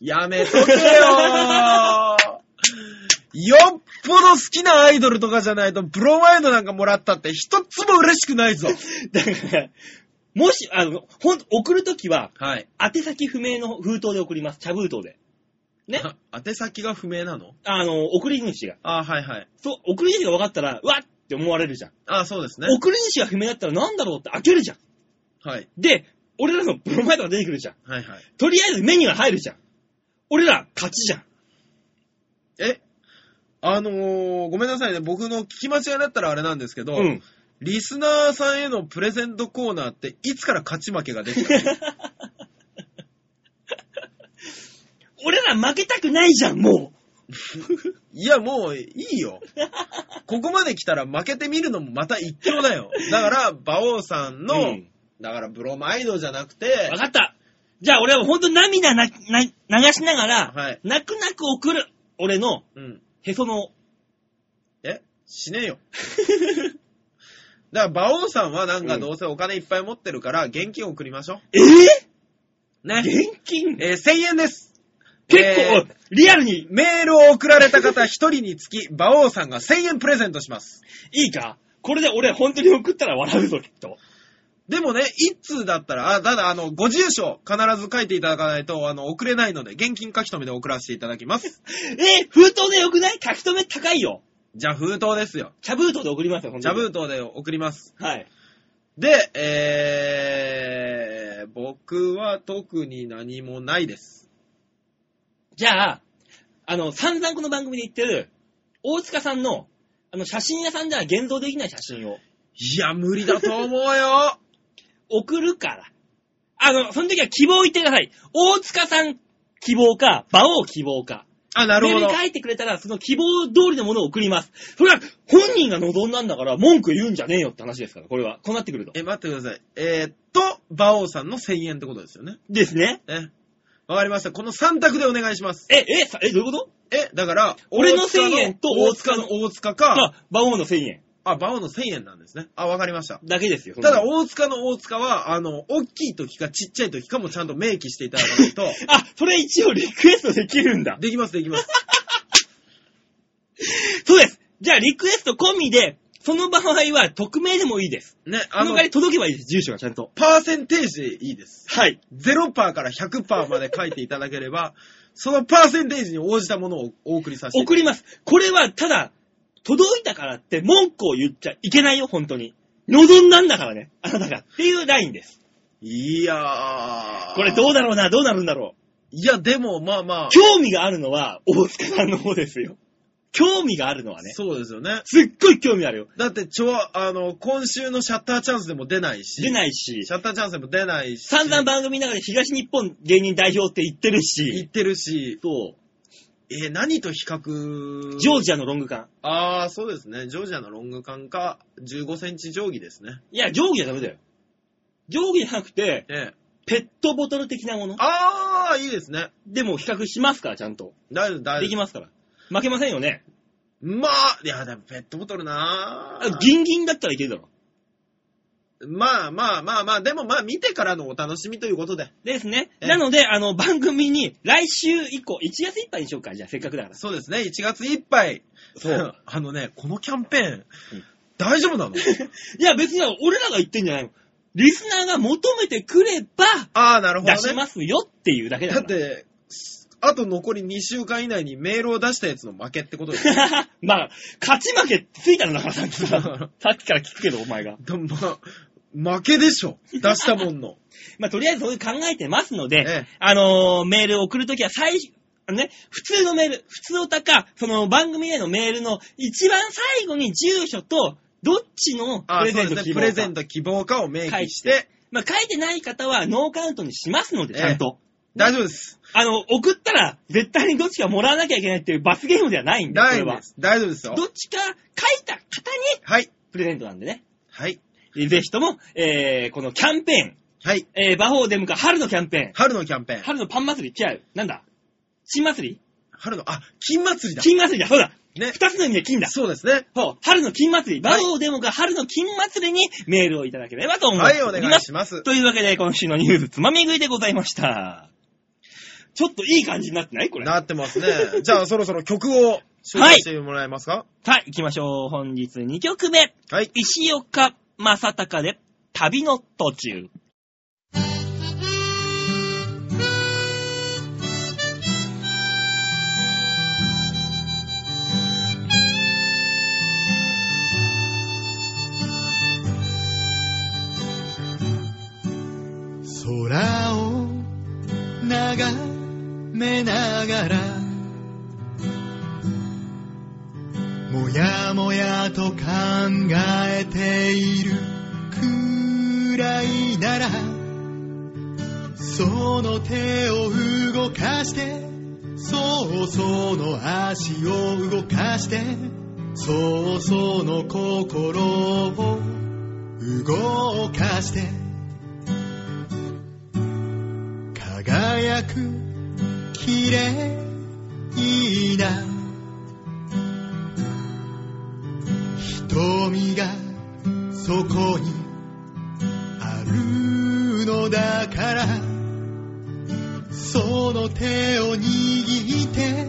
S3: やめとけよーよっぽど好きなアイドルとかじゃないと、ブロマイドなんかもらったって一つも嬉しくないぞ。
S2: だから、もし、あの、ほんと、送るときは、
S3: はい。
S2: 宛先不明の封筒で送ります。茶封筒で。ね
S3: あ宛先が不明なの
S2: あの、送り主が。
S3: あはいはい。
S2: そう、送り主が分かったら、うわっって思われるじゃん。
S3: あそうですね。
S2: 送り主が不明だったらなんだろうって開けるじゃん。
S3: はい。
S2: で、俺らのブロマイドが出てくるじゃん。
S3: はいはい。
S2: とりあえずメニューが入るじゃん。俺ら、勝ちじゃん。
S3: えあのー、ごめんなさいね。僕の聞き間違いだったらあれなんですけど、
S2: うん。
S3: リスナーさんへのプレゼントコーナーって、いつから勝ち負けが出てた
S2: 俺ら負けたくないじゃん、も
S3: いや、もういいよ。ここまで来たら負けてみるのもまた一興だよ。だから、馬王さん
S2: う。
S3: の、
S2: うん
S3: だからブロマイドじゃなくて
S2: わ、かった。じゃあ俺はほんと涙な、な、流しながら、
S3: はい
S2: 泣く泣く送る。俺の
S3: うん。
S2: へその緒。
S3: え死ねよ。だから、馬王さんはなんかどうせお金いっぱい持ってるから、現金送りましょ
S2: えぇ、
S3: う。ね。
S2: 現金
S3: えー1000円です。
S2: 結構、
S3: えー
S2: リアルに、
S3: メールを送られた方一人につき、馬王さんが1000円プレゼントします。
S2: いいかこれで俺本当に送ったら笑うぞ、きっと。
S3: でもね、一通だったら、あ、ただ、あの、ご住所、必ず書いていただかないと、あの、送れないので、現金書き留めで送らせていただきます。
S2: えー封筒でよくない書き留め高いよ。
S3: じゃあ、封筒ですよ。
S2: 茶封筒で送りますよ、ほんと
S3: ジャ
S2: に
S3: ブー筒で送ります。
S2: はい。
S3: で、えー、僕は特に何もないです。
S2: じゃあ、あの、散々この番組で言ってる、大塚さんの、あの、写真屋さんでは現像できない写真を
S3: いや、無理だと思うよ。
S2: 送るから。あの、その時は希望を言ってください。大塚さん希望か、馬王希望か。
S3: (laughs) あ、なる
S2: メー
S3: ほど
S2: ル。書いてくれたら、その希望通りのものを送ります。それは、本人が望んだんだから、文句言うんじゃねえよって話ですから、これは。こうなってくると。
S3: え、待ってください。えー、っと、馬王さんの1000円ってことですよね。
S2: ですね。
S3: ね。わかりました。この3択でお願いします。
S2: え、え、さえ、どういうこと
S3: え、だから、
S2: 俺の
S3: 大塚
S2: 1000円と
S3: 大塚の大塚
S2: あ、
S3: か、
S2: 馬王の1000円。
S3: あ、バオの1000円なんですね。あ、わかりました。
S2: だけですよ。
S3: ただ、大塚の大塚は、あの、大きい時かちっちゃい時かもちゃんと明記していただかない (laughs) と、
S2: あ、それ一応リクエストできるんだ。
S3: できます、できます。
S2: そうです。じゃあ、リクエスト込みで、その場合は、匿名でもいいです。
S3: ね、
S2: あ
S3: あ
S2: の代
S3: の
S2: わ、り届けばいいです、住所がちゃんと。
S3: パーセンテージでいいです。
S2: はい。
S3: 0%から100%まで書いていただければ、そのパーセンテージに応じたものをお送りさせて。
S2: 送ります。これは、ただ、届いたからって文句を言っちゃいけないよ、本当に。望んだんだからね、あなたが。っていうラインです。
S3: いやー。
S2: これどうだろうな、どうなるんだろ
S3: いや、でも、まあまあ
S2: う。、興味があるのは、大塚さんの方ですよ。興味があるのはね。
S3: そうですよね。
S2: すっごい興味あるよ。
S3: だって、ちょ、あの、今週のシャッターチャンスでも出ないし。
S2: 出ないし
S3: シ、ャッターチャンスでも出ないし。
S2: 散々番組の中で東日本芸人代表って言ってる
S3: 言っ
S2: し、
S3: てるし。
S2: そ
S3: えー何と比較
S2: う、ジョージアのロング缶。
S3: ああ、そうですね。ジョージアのロング缶か、15センチ定規ですね。
S2: いや、定規じゃダメだよ。定規じゃなくて、
S3: ええ。
S2: ペットボトル的なもの。
S3: ああ、いいですね。
S2: でも比較しますから、ちゃんと。
S3: 大丈夫、大
S2: でき
S3: 丈夫。
S2: ますから。負けませんよね。
S3: まあ、いや、でもペットボトルな
S2: あギンギンだったらいけるだろ。
S3: まあまあまあまあ、でもまあ見てからのお楽しみということで。
S2: ですね。
S3: ええ
S2: なので、あの、番組に来週以降、1月いっぱいにしようか。じゃあ、せっかくだから。
S3: そうですね、1月いっぱい。
S2: そう。
S3: あのね、このキャンペーン、大丈夫なの
S2: いや、別に俺らが言ってんじゃないの。リスナーが求めてくれば、
S3: ああ、なるほど
S2: 出し
S3: ね。
S2: ますよっていうだけだ
S3: だ
S2: か
S3: っ
S2: ら。
S3: て、あと残り2週間以内にメールを出したやつの負けってことですよ。
S2: (laughs) まあ、勝ち負けってついたのだからさっき
S3: (laughs)
S2: から。さっきから聞くけど、お前が。
S3: でもまあ、負けでしょ。出したもんの。
S2: まあ、とりあえずそういう考えてますので、
S3: ええ
S2: あのーメールを送るときは最初、ね、普通のメール、普通おたか、その番組へのメールの一番最後に住所と、どっちのプ
S3: あ
S2: レ
S3: そ
S2: ゼ
S3: う
S2: ン
S3: で
S2: ト
S3: す
S2: 希
S3: ね。
S2: 望
S3: プ
S2: か
S3: レゼント希望かを明記して、
S2: まあ、書いてない方はノーカウントにしますので、
S3: ええ
S2: ちゃんと。
S3: 大丈夫です。
S2: あの、送ったら絶対にどっちかもらわなきゃいけないっていう罰ゲームではないんで、こ
S3: 大
S2: れ
S3: 丈夫
S2: は
S3: で。す。大丈夫ですよ
S2: ど。っちか書いた方に
S3: はい。
S2: プレゼントなんでね。
S3: はい。
S2: ぜひとも、えー、このキャンペ
S3: はい。
S2: ーン、えー、馬法デムか春のキャンペーン、
S3: 春のキャンペーン。
S2: 春のパン祭り、違う。なんだ新祭り
S3: 春の、あ、金祭りだ。
S2: 金祭りだ、そうだ。
S3: ね。
S2: 二つの意味で金だ。
S3: そうですね。
S2: そう、春の金祭り、馬
S3: はい
S2: 王デモが春の金祭りにメールをいただければと思いま
S3: は
S2: す。
S3: い、お願いします。
S2: というわけで、今週のニュースつまみ食いでございました。ちょっといい感じになってないこれ。
S3: なってますね。じゃあそろそろ曲を紹介してもらえますか
S2: さあ、行きましょう。本日2曲目。
S3: はい。
S2: 石岡正隆で、旅の途中。
S1: 空を眺めながらもやもやと考えているくらいならその手を動かしてそうその足を動かしてそうその心を動かして輝く綺麗な瞳がそこにあるのだからその手を握って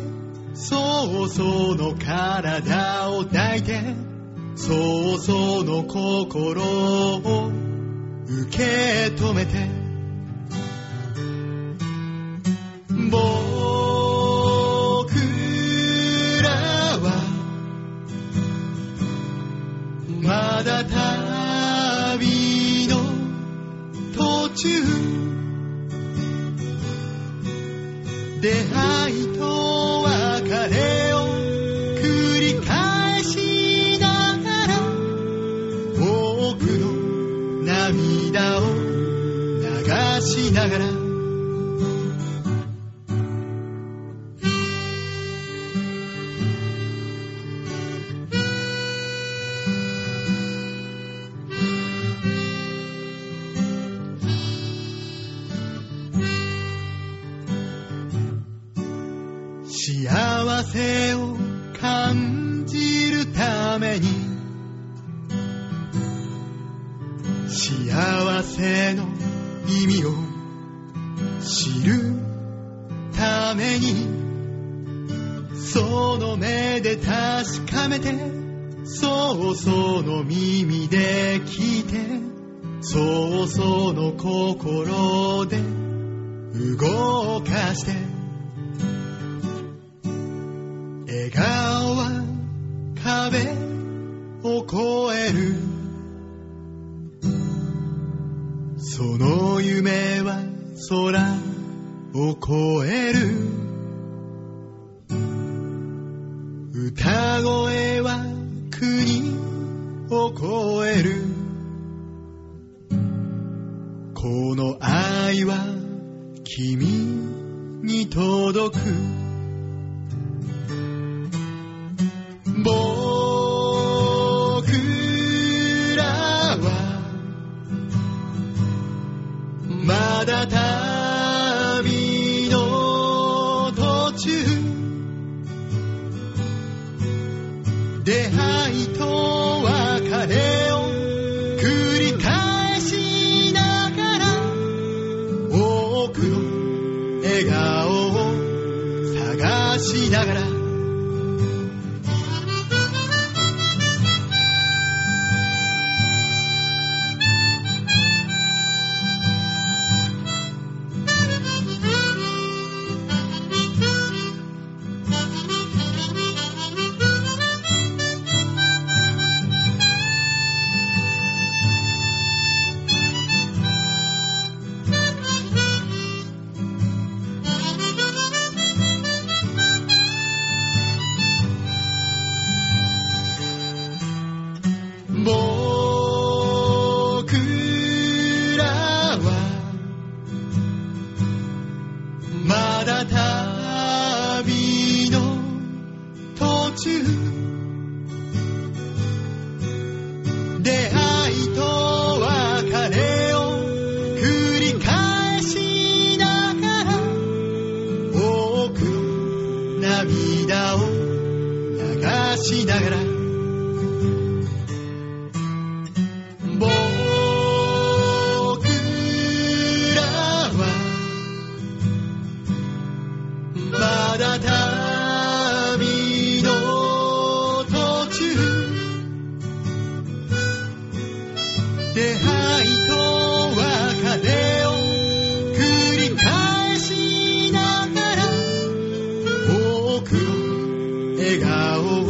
S1: そうその体を抱いてそうその心を受け止めて僕らはまだ旅の途中出会いと別れを繰り返しながら多くの涙を流しながら幸せを感じるために幸せの意味を知るためにその目で確かめてそうその耳で聞いてそうその心で動かして笑顔は壁を越えるその夢は空を越える歌声は国を越えるこの愛は君に届く僕らはまだ旅の途中出会いと別れを繰り返しながら多くの笑顔を探しながら「ただ旅の途中出会いと別れを繰り返しながら多くの涙を流しながら僕らはまだ旅の途中出会いと別れを繰り返しながら多くの笑顔を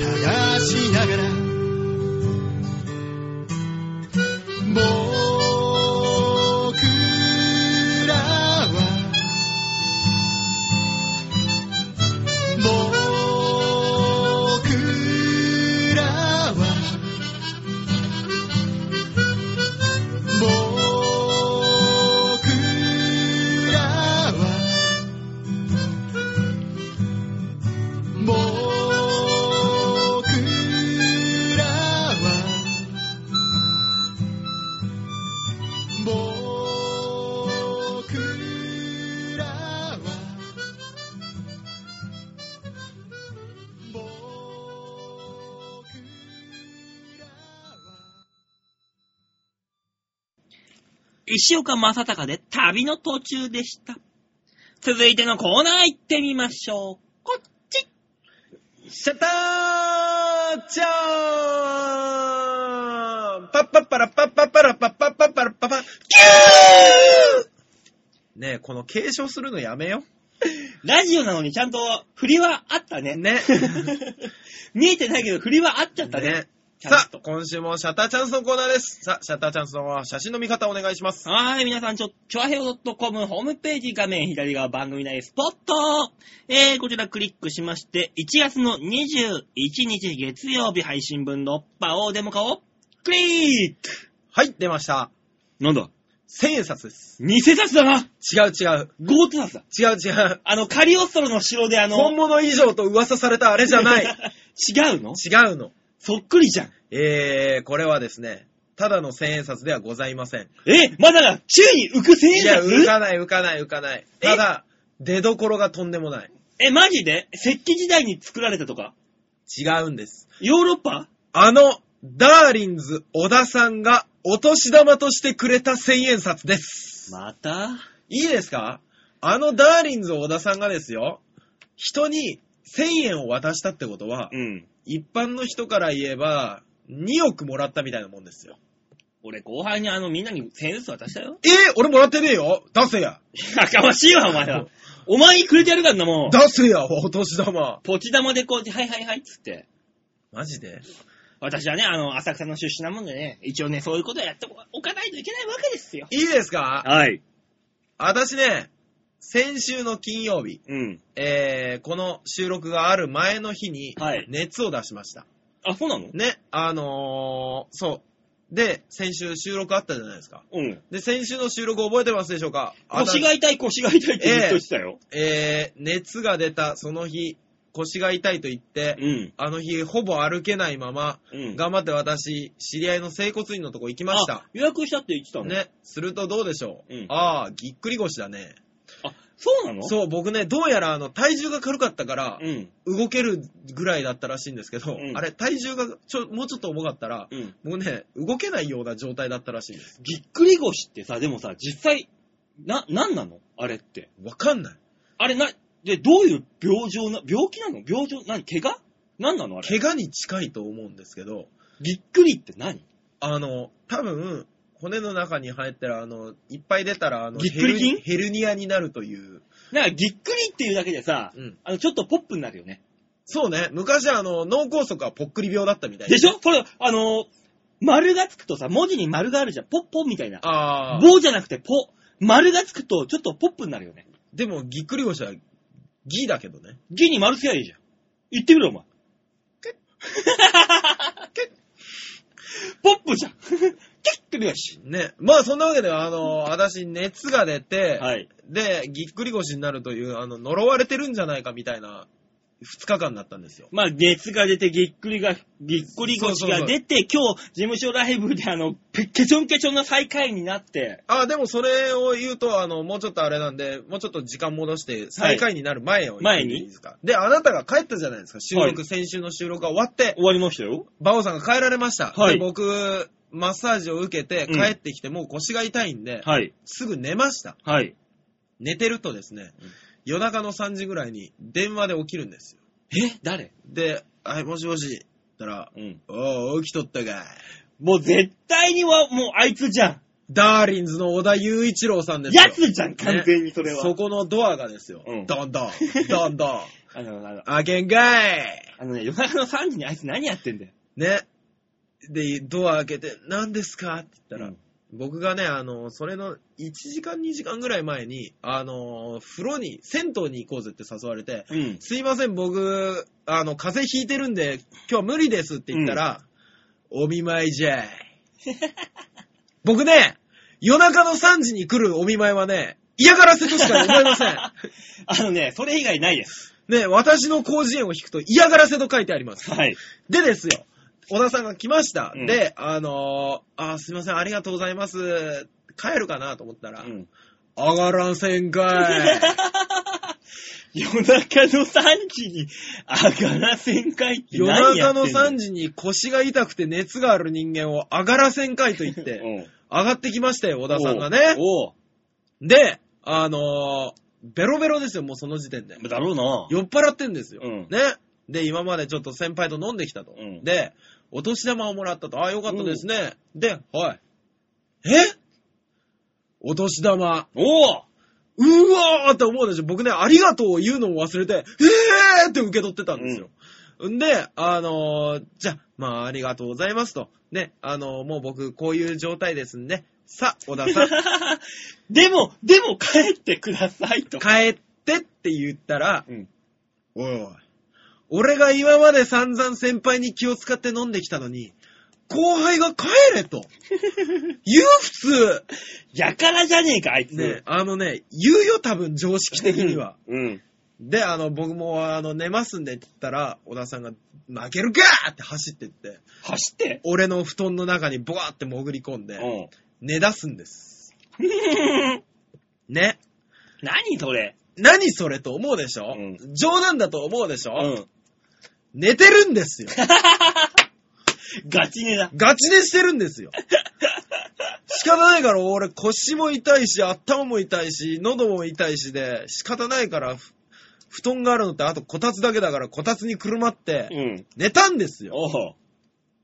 S1: 探しながら僕らは僕らは僕らは僕らは僕らは僕らは
S2: 石岡正隆で旅の途中でした。続いてのコーナー行ってみましょう。こっち
S3: シャッターチャーンパッパッパラパッパッパラパッパッパッパラパッパッギューねえ、この継承するのやめよ。
S2: ラジオなのにちゃんと振りはあったね。
S3: ね。
S2: (laughs) 見えてないけど振りはあっちゃったね。
S3: ね
S2: ちゃ
S3: さ
S2: ん
S3: あ
S2: と、。
S3: 今週もシャッターチャンスのコーナーです。さあ、シャッターチャンスの写真の見方お願いします。
S2: はーい、皆さん、ちょ、ちょあへお .com ホームページ画面左側番組内スポットえー、こちらクリックしまして、1月の21日月曜日配信分のパオーデモ化をクリック
S3: はい、出ました。
S2: なんだ
S3: 千円札です。
S2: 偽札だな
S3: 違う違う。
S2: ゴート札だ
S3: 違う違う。
S2: あの、カリオストロの城であの、
S3: 本物以上と噂されたあれじゃない。
S2: (laughs) 違うの
S3: 違うの。
S2: そっくりじゃん。
S3: えー、これはですね、ただの千円札ではございません。
S2: え、まだだ宙に浮く千
S3: い
S2: 円
S3: や、
S2: 札
S3: 浮かない浮かない浮かない。
S2: え
S3: ただ、出どころがとんでもない。
S2: え、マジで石器時代に作られたとか
S3: 違うんです。
S2: ヨーロッパ
S3: あの、ダーリンズ小田さんがお年玉としてくれた千円札です。
S2: また
S3: いいですかあのダーリンズ小田さんがですよ、人に千円を渡したってことは、
S2: うん。
S3: 一般の人から言えば、2億もらったみたいなもんですよ。
S2: 俺、後輩にあの、みんなに1000円ずつ渡したよ。
S3: えー俺もらってねえよ出せや
S2: やかましいわ、お前
S3: (laughs)
S2: は。お前にくれてやるからな、もう
S3: 出。せやお年玉
S2: ポチ玉でこう、はいはいはい、っつって。
S3: マジで
S2: 私はね、あの、浅草の出身なもんでね、一応ね、そういうことをやっておかないといけないわけですよ。
S3: いいですか
S2: はい。
S3: 私ね、先週の金曜日、
S2: うん。
S3: えー、この収録がある前の日に
S2: はい、
S3: 熱を出しました。
S2: あ、そうなの
S3: ね、あのー、そう。で、先週収録あったじゃないですか。
S2: うん。
S3: で、先週の収録覚えてますでしょうかあ
S2: 腰が痛い、腰が痛いってずっと言ってたよ。
S3: えー、熱が出たその日、腰が痛いと言って、
S2: うん。
S3: あの日、ほぼ歩けないまま、
S2: うん。
S3: 頑張って私、知り合いの整骨院のとこ行きまし
S2: あ
S3: た。
S2: 予約したって言ってたの。
S3: ね、するとどうでしょう、
S2: うん
S3: ああ、ぎっくり腰だね。
S2: あ、そうなのう。
S3: そう、僕ね、どうやらあの体重が軽かったから、
S2: うん。
S3: 動けるぐらいだったらしいんですけど、
S2: うん
S3: あれ、体重がちょもうちょっと重かったら、
S2: うん。
S3: もうね、動けないような状態だったらしいんです。
S2: ぎっくり腰ってさ、でもさ、実際、な、なんなのあれって。
S3: わかんない。
S2: あれな、で、どういう病状な、病気なの病状、何怪我なんなのあれ。
S3: 怪我に近いと思うんですけど、
S2: ぎっくりって何
S3: あの、多分、骨の中に入ったら、あの、いっぱい出たら、あの、
S2: ぎっくり筋
S3: ヘルヘルニアになるという。
S2: なんかぎっくりっていうだけでさ、
S3: うん。
S2: あの、ちょっとポップになるよね。
S3: そうね、昔あの、脳梗塞はぽっくり病だったみたい
S2: でしょそれ、あの、丸がつくとさ、文字に丸があるじゃん。ポッポみたいな。
S3: ああ。
S2: 棒じゃなくてポ。丸がつくと、ちょっとポップになるよね。
S3: でも、ぎっくり腰は、ギだけどね。
S2: ギに丸つけりゃいいじゃん。言ってみろ、お前。ポップじゃん。くり腰。
S3: ね。まあそんなわけで、あの、私熱が出て、
S2: はい。
S3: で、ぎっくり腰になるという、あの、呪われてるんじゃないかみたいな、2日間だったんですよ。
S2: まあ、熱が出て、ぎっくりが、ぎっくり腰が出て、今日、事務所ライブで、あの、ぺケチョンケチョンの最下位になって、
S3: あ、でもそれを言うと、あの、もうちょっとあれなんで、もうちょっと時間戻して、最下位になる前を言っていいですか。で、あなたが帰ったじゃないですか、収録、
S2: はい
S3: 先週の収録が終わって、
S2: 終わりましたよ。
S3: バオさんが帰られました。
S2: はい
S3: で僕、マッサージを受けて、
S2: うん
S3: 帰ってきて、もう腰が痛いんで、
S2: はい。
S3: すぐ寝ました。
S2: はい。
S3: 寝てるとですね
S2: うん、
S3: 夜中の3時ぐらいに電話で起きるんですよ。
S2: え誰
S3: で、はい、もしもし、ったら、
S2: うん。
S3: おう、起きとったかい。
S2: もう絶対には、もうあいつじゃん。
S3: ダーリンズの小田雄一郎さんですよ。
S2: やつじゃん、完全にそれは。
S3: そこのドアがですよ。
S2: うん
S3: どんどん、どんどん、
S2: あの、あの、
S3: あけんかい。
S2: あのね、夜中の3時にあいつ何やってんだよ。
S3: ね。で、ドア開けて、何ですかって言ったら、
S2: うん
S3: 僕がね、あの、それの1時間2時間ぐらい前に、あの、風呂に、銭湯に行こうぜって誘われて、
S2: うん。
S3: すいません、僕、あの、風邪ひいてるんで、今日は無理ですって言ったら、お見舞い
S2: (laughs)
S3: じゃい。僕ね、夜中の3時に来るお見舞いはね、嫌がらせとしか思え
S2: (laughs)
S3: ません。
S2: あのね、それ以外ないです。
S3: ね、私の広辞苑を引くと嫌がらせと書いてあります。
S2: はい。
S3: でですよ、小田さんが来ました。
S2: うん
S3: で、あのーあー、すいません、ありがとうございます。帰るかなと思ったら、
S2: うん。
S3: 上がらんせ
S2: (laughs)
S3: んかい。
S2: 夜中の3時に上がらせんかいって
S3: 夜
S2: 何や
S3: 中
S2: ってん
S3: の
S2: だよ
S3: 3時に腰が痛くて熱がある人間を上がらせんかいと言って、
S2: (laughs) うん
S3: 上がってきましたよ、小田さんがね。
S2: おう
S3: で、あのーベロベロですよ、もうその時点で
S2: お。うだろうな。
S3: 酔っ払ってんですよ。
S2: うん
S3: ね。で、今までちょっと先輩と飲んできたと。
S2: うん
S3: で、お年玉をもらったと。ああ、よかったですね。で、はい。えお年玉。
S2: おう
S3: うわーって思うでしょ。僕ね、ありがとうを言うのを忘れて、えーって受け取ってたんですよ。んで、あのーじゃあ、まあ、ありがとうございますと。ね、あのーもう僕、こういう状態ですんで、さ、小田さん、
S2: でも、でも帰ってくださいと。
S3: (laughs) 帰ってって言ったら、
S2: うん
S3: おいおい。俺が今まで散々先輩に気を使って飲んできたのに、後輩が帰
S2: (laughs)
S3: れと。言う普通。
S2: やからじゃねえか、あいつ。
S3: ねえ、あのね、言うよ多分常識的には。
S2: うん。
S3: で、あの、僕もあの、寝ますんでって言ったら、小田さんが、負けるかって走ってって、
S2: 走って。
S3: 俺の布団の中にボワーって潜り込ん
S2: う
S3: で、
S2: ん。
S3: 寝出すんです。ね。
S2: 何それ。
S3: 何それと思うでしょ、
S2: うん
S3: 冗談だと思うでしょ、
S2: うん。
S3: 寝てるんですよ。
S2: ガチ寝だ。
S3: ガチでしてるんですよ。仕方ないから、俺腰も痛いし、頭も痛いし、喉も痛いしで、仕方ないから、ふ布団があるのってあとこたつだけだから、こたつにくるまって、
S2: うん。
S3: 寝たんですよ。
S2: おう。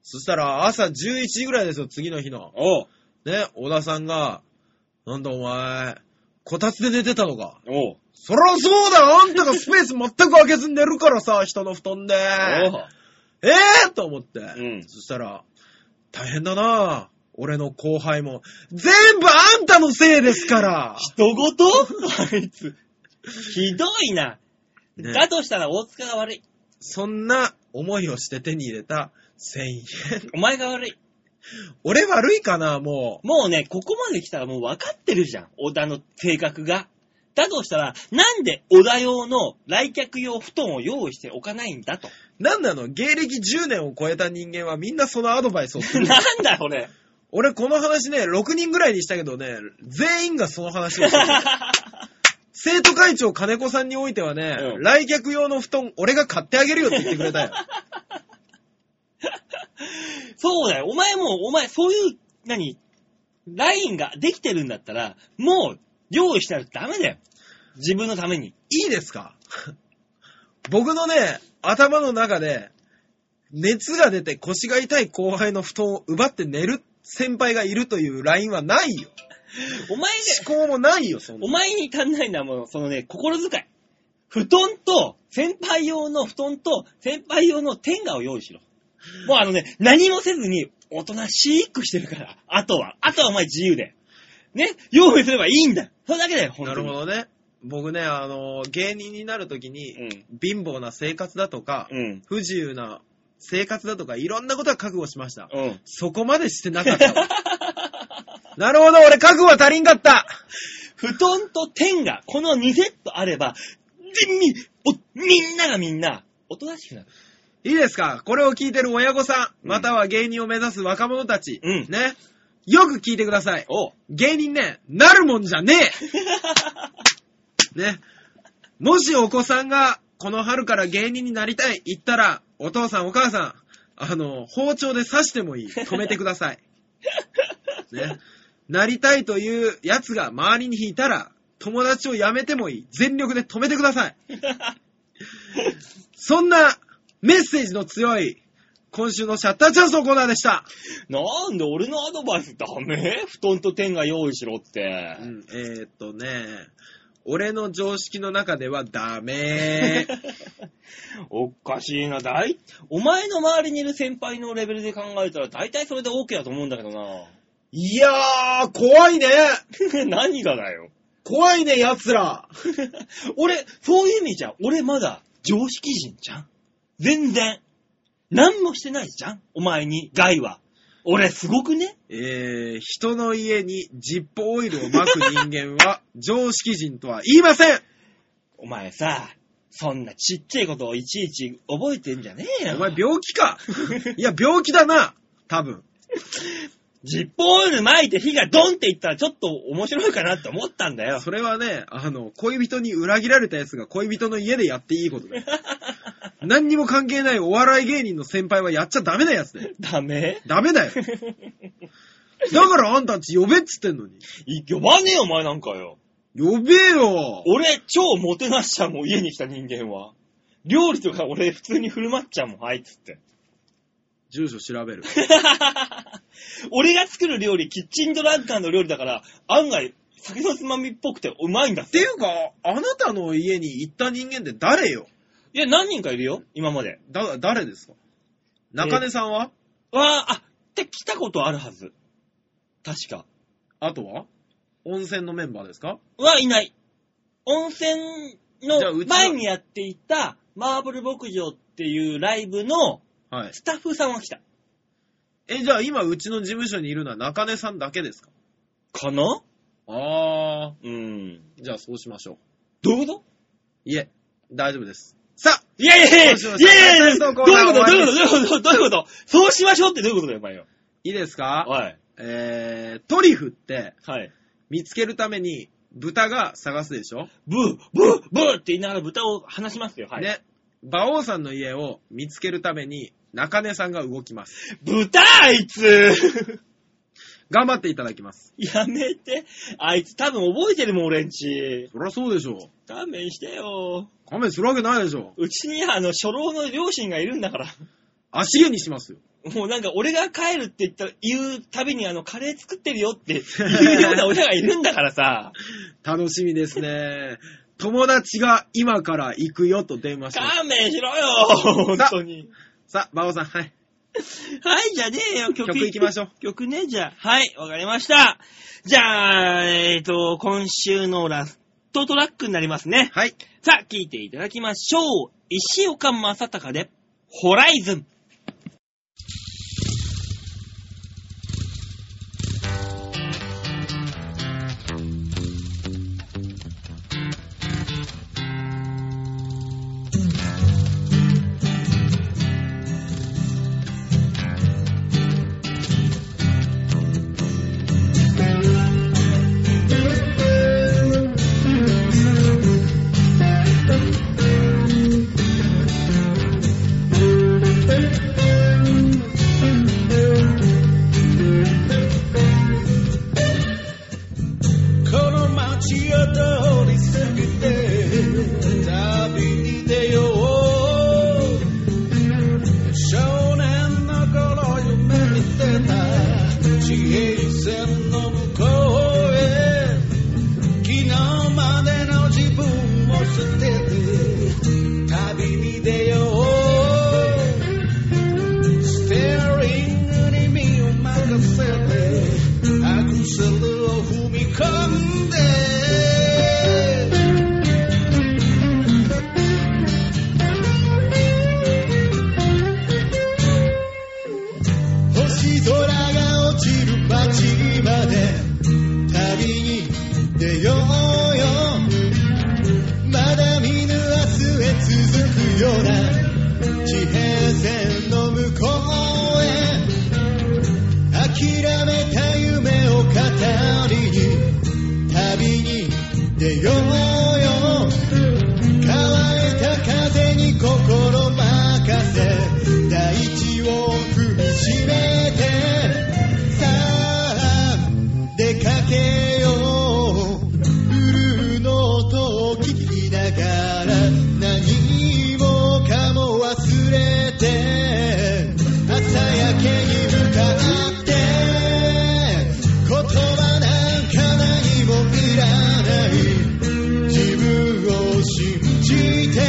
S3: そしたら朝11時ぐらいですよ、次の日の。
S2: おう。
S3: ね、小田さんが、なんだお前、こたつで寝てたのか。
S2: おう。
S3: そらそうだよあんたがスペース全く空けずに寝るからさ、人の布団で。
S2: おう。
S3: ええー、と思って、
S2: ん
S3: そしたら、大変だな俺の後輩も、全部あんたのせいですから
S2: 人ごとあいつ。ひどいな。
S3: ね
S2: だとしたら大塚が悪い。
S3: そんな思いをして手に入れた1000円。
S2: お前が悪い。
S3: 俺悪いかなも
S2: もうね、ここまで来たらもう分かってるじゃん。小田の性格が。だとしたら、なんで小田用の来客用布団を用意しておかないんだと。
S3: う。なんなの芸歴10年を超えた人間はみんなそのアドバイスをす
S2: なん
S3: る。
S2: だこれ。 (laughs)
S3: 俺この話ね、6人ぐらいにしたけどね、全員がその話
S2: (laughs)
S3: をする。生徒会長金子さんにおいてはね、
S2: うん
S3: 来客用の布団俺が買ってあげるよって言ってくれたよ。
S2: そうだよ。お前もう、お前、そういう、何、ラインができてるんだったら、もう、用意したらダメだよ。自分のために。
S3: いいですか僕のね、頭の中で、熱が出て腰が痛い後輩の布団を奪って寝る先輩がいるというラインはないよ。
S2: お前が、
S3: 思考もないよ、そん
S2: お
S3: な。
S2: 前に足んないのはもう、そのね、心遣い。布団と、先輩用の布団と、先輩用の天下を用意しろ。もうあのね、何もせずに、おとなしくしてるから。あとは、あとはお前自由で。ね、用意すればいいんだ。それだけだよ、本当
S3: な
S2: に
S3: るほ。どね。僕ね、あの、芸人になるときに、貧乏な生活だとか、
S2: うん。
S3: 不自由な生活だとか、いろんなことは覚悟しました。
S2: うん。うん。 (laughs)
S3: そこまでしてなかったわ。なるほど、俺覚悟は足りんかった。
S2: 布団と天が、この2セットあれば、でみ、お、みんながみんな、おとなしくなる。
S3: いいですかこれを聞いてる親御さん、または芸人を目指す若者たち、
S2: うん
S3: ね。よく聞いてください。
S2: おう。
S3: 芸人ね、なるもんじゃねえね。もしお子さんが、この春から芸人になりたい、言ったら、お父さんお母さん、あの、包丁で刺してもいい。止めてください。ね。なりたいというやつが周りにいたら、友達を辞めてもいい。全力で止めてください。そんな、メッセージの強い、今週のシャッターチャンスのコーナーでした。
S2: なんで俺のアドバイスダメ布団と天が用意しろって。
S3: うんえーっとね、俺の常識の中ではダメ。
S2: おっかしいな、だい、お前の周りにいる先輩のレベルで考えたら大体それで OK だと思うんだけどな。
S3: (laughs)
S2: (laughs)
S3: いやー、怖いね。
S2: 何がだよ。 (laughs)
S3: 怖いね、奴ら。
S2: 俺、そういう意味じゃ、俺まだ常識人じゃん。全然。何もしてないじゃん。お前に、害は。俺、すごくね
S3: えー、人の家にジッポーオイルを巻く人間は常識人とは言いません。
S2: お前さ、そんなちっちゃいことをいちいち覚えてんじゃねえよ。
S3: お前病気 (laughs) か。いや、病気だな。多分。
S2: ジッポーオイル巻いて火がドンっていったらちょっと面白いかなって思ったんだよ。
S3: それはね、あの、恋人に裏切られた奴が恋人の家でやっていいことだ (laughs) よ。何にも関係ないお笑い芸人の先輩はやっちゃダメなやつだよ。
S2: ダメ
S3: ダメだ (laughs) よ。だからあんたんち呼べっつってんのに。
S2: い呼ばねえよ、お前なんかよ。
S3: 呼べよ。
S2: 俺、超もてなしちゃうもん、家に来た人間は。料理とか俺普通に振る舞っちゃうもん、はいっつって。 (laughs)
S3: 住所調べる。
S2: 俺が作る料理、キッチンドラッガーの料理だから、案外、酒のつまみっぽくてうまいんだっ
S3: って
S2: て。
S3: いうか、あなたの家に行った人間って誰よ
S2: いや、何人かいるよ、今まで。
S3: だ、誰ですか中根さんは
S2: わー、あ、って来たことあるはず。確か。
S3: あとは温泉のメンバーですか
S2: はいない。温泉
S3: じゃあ
S2: の
S3: うちは
S2: 前にやっていたマーブル牧場っていうライブの
S3: はい。
S2: スタッフさんは来た。
S3: え、じゃあ今うちの事務所にいるのは中根さんだけですか
S2: かな
S3: あ
S2: うん。
S3: ー、じゃあそうしましょう。
S2: どういうこと
S3: いえ、大丈夫です。さあ
S2: いやいやいやいやい
S3: どうしましょう
S2: やいやいや
S3: どういう
S2: ど
S3: こ
S2: う
S3: と
S2: いうことどういうことどういうことどういうことそうしましょうってどういうことだよ、お前よ。
S3: いいですか
S2: はい。
S3: えー、トリュフって
S2: はい。
S3: 見つけるために豚が探すでしょ、
S2: ブー、ブー、ブーって言いながら豚を離しますよ。はい。
S3: ね。馬王さんの家を見つけるために中根さんが動きます。
S2: 豚あいつ (laughs)
S3: 頑張っていただきます。
S2: やめて。あいつ多分覚えてるもん、俺んち。
S3: そりゃそうでしょう。
S2: 勘弁してよ。
S3: 勘弁するわけないでしょ。
S2: うちにあの、初老の両親がいるんだから。
S3: 足毛にしますよ。
S2: もうなんか俺が帰るって言ったら、言うたびにあの、カレー作ってるよって言うような親がいるんだから
S3: (laughs)
S2: さ、
S3: 楽しみですね。 (laughs) 友達が今から行くよと電話します。
S2: 勘弁しろよ、本当に。
S3: さあ、馬王さん、はい。
S2: はい、じゃねえよ、曲
S3: 曲行きましょう。
S2: 曲ね、じゃあ。はい、わかりました。じゃあ、えっ、と、今週のラストトラックになりますね。
S3: はい。
S2: さあ、聴いていただきましょう。石岡正隆で、ホライズン。
S1: この街を通り過ぎて旅に出よう少年の頃夢見てた地平線の向こうへ昨日までの自分を捨てて旅に出ようステアリングに身を任せてアクセルを踏み込んで星空が落ちる街までうよまだ見ぬ明日へ続くような地平線の向こうへ諦めた夢を語りに旅に出ようよ乾いた風に心任せ大地を踏みしめてさあ出かけようブルーの音を聞きながら何もかも忘れて朝焼けに向かって言葉なんか何もいらない自分を信じて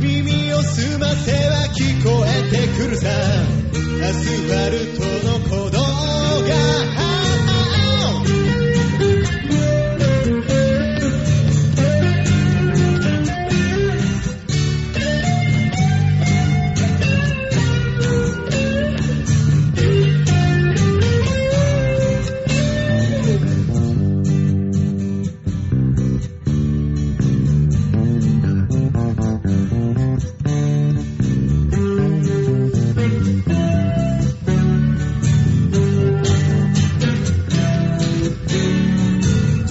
S1: 耳を澄ませば聞こえてくるさアスファルトの鼓動が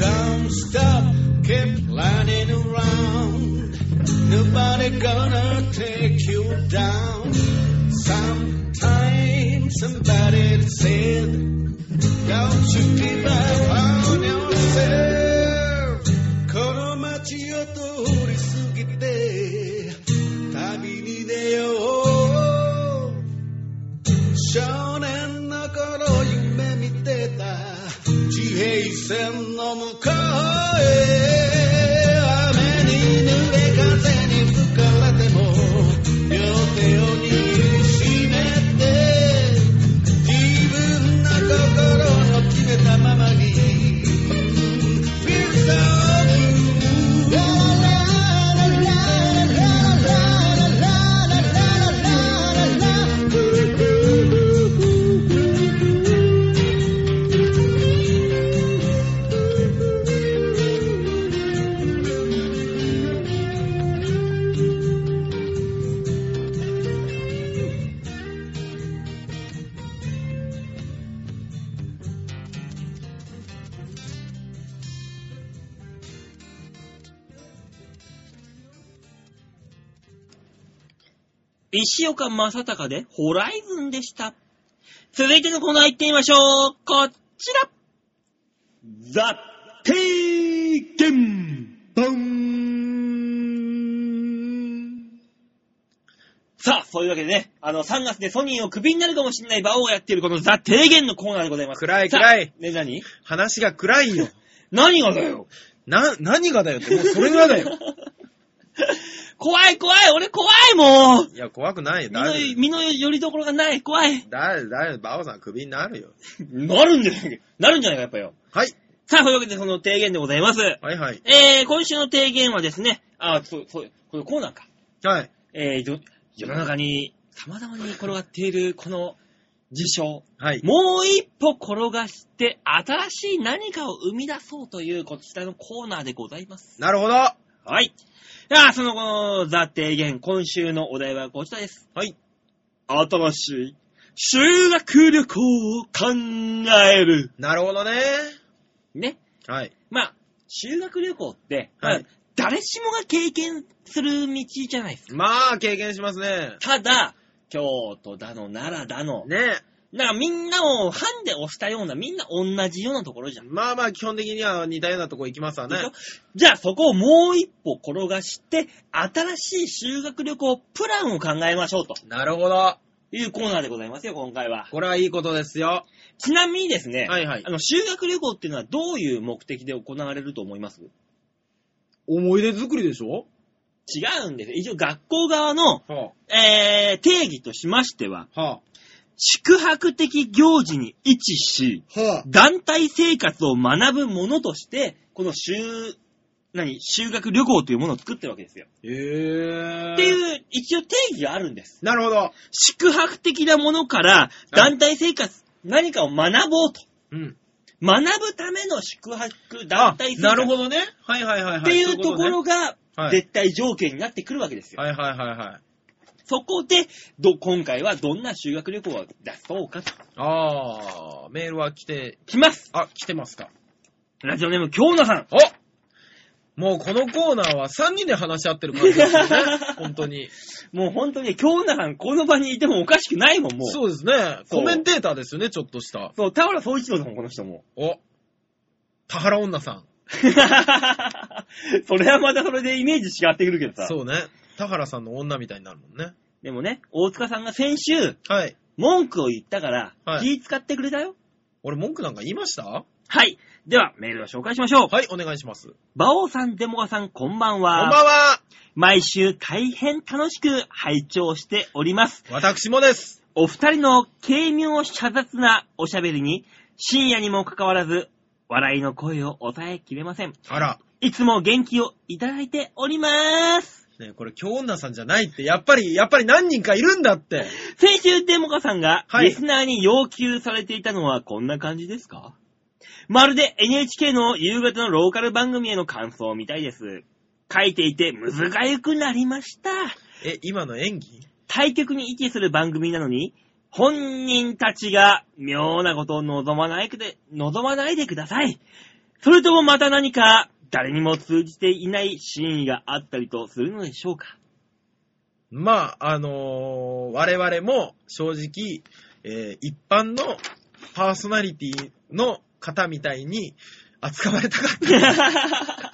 S1: Don't stop, keep running around. Nobody gonna take you down. Sometimes somebody said, Don't you give up on yourself. この街を通り過ぎて、旅に出よう。少年の頃夢見てた地平線の向こうへ雨に濡れ風に吹かれても両手を握りしめて自分の心の決めたままに Feel so good. La la la la
S2: 「石岡正隆でホライズンでした。続いてのコーナー行ってみましょう。こちら
S1: ザ・テイケンボン
S2: さあ、そういうわけでね、あの、3月でソニーをクビになるかもしれない場をやっているこのザ・提言のコーナーでございます。
S3: 暗い
S2: さあ
S3: 暗い。
S2: ね、何
S3: 話が暗いよ。
S2: 何がだよ。
S3: な、何がだよって、もうそれがだよ。
S2: (laughs) 怖い怖い、俺怖いもう
S3: (laughs) いや、怖くないよ。
S2: 身の
S3: だい、
S2: 身の寄り所がない、怖い。
S3: だい、だい、バオさんクビになるよ。
S2: なるんじゃないなるんじゃないか、やっぱよ。
S3: はい。
S2: さあ、というわけでその提言でございます。
S3: はいはい。
S2: えー、今週の提言はですね、あ、そう、そう、このコーナーか。
S3: はい。
S2: えー、よ世の中に様々に転がっているこの事象。
S3: はい。
S2: もう一歩転がして、新しい何かを生み出そうという、こちらのコーナーでございます。
S3: なるほど。は
S2: はい。では、その後の、ザ・提言、今週のお題はこちらです。
S3: い。
S2: 新しい修学旅行を考える。
S3: なるほどね。
S2: ね。
S3: はい。
S2: まあ、修学旅行って、まあ
S3: はい
S2: 誰しもが経験する道じゃないですか。
S3: まあ、経験しますね。
S2: ただ、京都だの、奈良だの、
S3: ね
S2: なんかみんなをハンで押したような、みんな同じようなところじゃん。
S3: まあまあ、基本的には似たようなとこ行きますわね
S2: でし。ょじゃあそこをもう一歩転がして、新しい修学旅行プランを考えましょうと
S3: なるほど。
S2: いうコーナーでございますよ、今回は。
S3: これはいいことですよ。
S2: ちなみにですね、
S3: はいはい
S2: あ。の修学旅行っていうのはどういう目的で行われると思います
S3: 思い出作りでしょ
S2: 違うんです。一応学校側の、
S3: は
S2: えー、定義としましては、
S3: あ。は
S2: 宿泊的行事に位置し、
S3: あ。はあ。
S2: 団体生活を学ぶものとして、この修、何、修学旅行というものを作ってるわけですよ。
S3: ええ。
S2: って
S3: う。
S2: いう、一応定義があるんです。
S3: なるほど。
S2: 宿泊的なものから団体生活、何かを学ぼうと
S3: うん。
S2: 学ぶための宿泊団体制
S3: なる
S2: 度
S3: ほどね。はいはいはいはい。
S2: っていうところ
S3: ね
S2: が
S3: はい
S2: 絶対条件になってくるわけですよ。
S3: はいはいはいはい。
S2: そこで、ど、今回はどんな修学旅行を出そうかと。
S3: あー、メールは来て、
S2: きます
S3: あ、来てますか。
S2: ラジオネーム、京奈さん。
S3: おもうこのコーナーは3人で話し合ってる感じですよね。
S2: (laughs)
S3: 本当に。
S2: もう本当に京奈さん、この場にいてもおかしくないもん、もう。そう。
S3: そうですね。
S2: そう
S3: コメンテーターですよね、ちょっとした。
S2: 田原総一郎だもん、この人 (laughs) も。
S3: お田原女さん。
S2: それはまたそれでイメージ違ってくるけどさ。
S3: そうね。田原さんの女みたいになるもんね。
S2: でもね、大塚さんが先週、
S3: はい。
S2: 文句を言ったから、
S3: はい
S2: 気使ってくれたよ。
S3: 俺文句なんか言いました
S2: はい。では、メールを紹介しましょう。
S3: はい、お願いします。こ
S2: 馬王さん、デモガさん、こんばん
S3: んば
S2: は。
S3: んは。
S2: 毎週大変楽しく拝聴しております。
S3: 私もです。
S2: お二人の軽妙謝雑なおしゃべりに、深夜にもかかわらず、笑いの声を抑えきれません。
S3: あら。
S2: いつも元気をいただいております。
S3: ねこれ、京女さんじゃないって、やっぱり、やっぱり何人かいるんだって。
S2: 先週デモカさんが、
S3: はい
S2: リスナーに要求されていたのはこんな感じですかまるで NHK の夕方のローカル番組への感想みたいです。書いていてむずがゆくなりました。
S3: え、今の演技
S2: 対局に位置する番組なのに、本人たちが妙なことを望まないくで、望まないでください。それともまた何か、誰にも通じていない真意があったりとするのでしょう (laughs) か
S3: まあ、あのー我々も正直、えー一般のパーソナリティの方みたいに扱われたかった。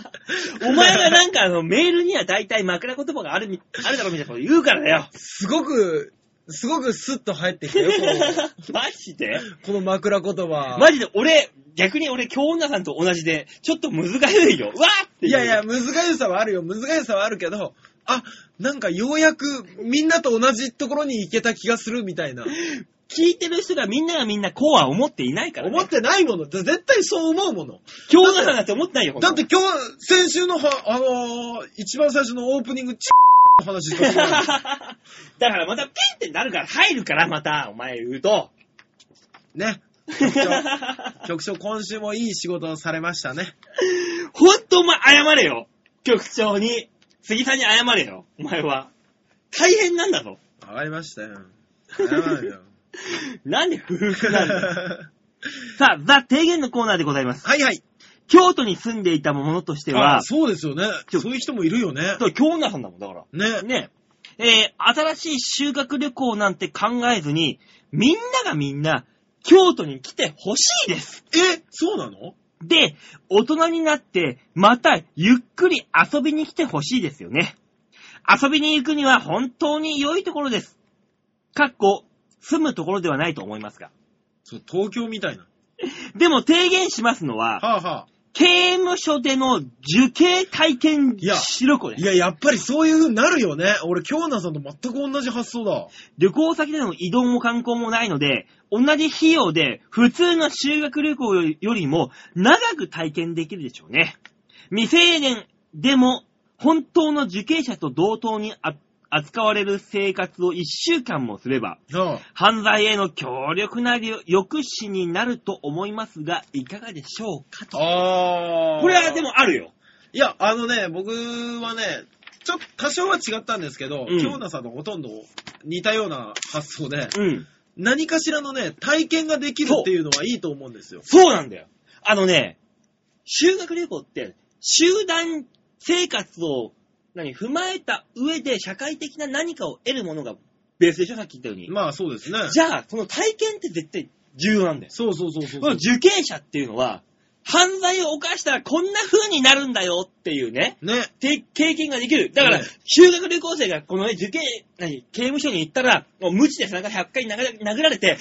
S2: お前がなんかあのメールには大体枕言葉があるみ、あるだろみたいなこと言うからだよ。
S3: すご (laughs) く、すごくスッと入ってきたよ、この
S2: (laughs) マジで
S3: (laughs) この枕言
S2: (laughs)
S3: 葉。
S2: マジで俺、逆に俺、京女さんと同じで、ちょっと難しいよ。うわーって
S3: いやいや、
S2: う。
S3: 難しさはあるよ。難しさはあるけど、あ、なんかようやくみんなと同じところに行けた気がするみたいな。
S2: 聞いてる人がみんながみんなこうは思っていないから、ね。
S3: 思ってないもの。だ絶対そう思うもの。
S2: 京女さんだって思ってないよ。
S3: だって今日、先週のは、あのー一番最初のオープニング、チの話しか
S2: だ
S3: してない
S2: からまたピンってなるから、入るからまた、お前言うと。 (laughs)
S3: ね。局長、局長今週もいい仕事をされましたね。
S2: ほんとお前謝れよ。局長に。杉さんに謝れよ。お前は。大変なんだぞ。
S3: わかりました
S2: (laughs)
S3: よ。謝るよ
S2: なんで不服なん
S3: (laughs)
S2: だよさあ、ザ・提言のコーナーでございます。
S3: はいはい。
S2: 京都に住んでいたものとしては
S3: あ、そうですよね。そういう人もいるよね。
S2: そう京奈さんだもん、だか
S3: ね。
S2: ら。ね。えー、新しい修学旅行なんて考えずに、みんながみんな、京都に来てほしいです。
S3: え、そうなの
S2: で、大人になって、またゆっくり遊びに来てほしいですよね。遊びに行くには本当に良いところです。かっこ、住むところではないと思いますが。
S3: そう、東京みたいな。
S2: でも提言しますのは、
S3: はあはあ。
S2: 刑務所での受刑体験
S3: いや
S2: しろこで
S3: い
S2: す。
S3: や、やっぱりそういう風になるよね。俺、京奈さんと全く同じ発想だ。
S2: 旅行先での移動も観光もないので、同じ費用で普通の修学旅行よりも長く体験できるでしょうね。未成年でも本当の受刑者と同等にあ扱われる生活を一週間もすれば、
S3: なあ。
S2: 犯罪への強力な抑止になると思いますが、いかがでしょうかと。
S3: あ
S2: これはで。もあるよ。
S3: いや、あのね、僕はね、ちょっと多少は違ったんですけど、
S2: うん
S3: 京奈さんとほとんど似たような発想で、
S2: うん。
S3: 何かしらのね、体験ができるっていうのはいいと思うんですよ。
S2: そうなんだよ。あのね、修学旅行って、集団生活を、何、踏まえた上で社会的な何かを得るものがベースでしょさっき言ったように。
S3: まあそうですね。
S2: じゃあ、その体験って絶対重要なんだよ。
S3: そうそうそうそう
S2: この受刑者っていうのは、犯罪を犯したらこんな風になるんだよっていうね、
S3: ね。
S2: て経験ができる。だから
S3: ね、
S2: 修学旅行生がこのね、受刑、何、刑務所に行ったら、もう無知で背中100回殴ら殴られて、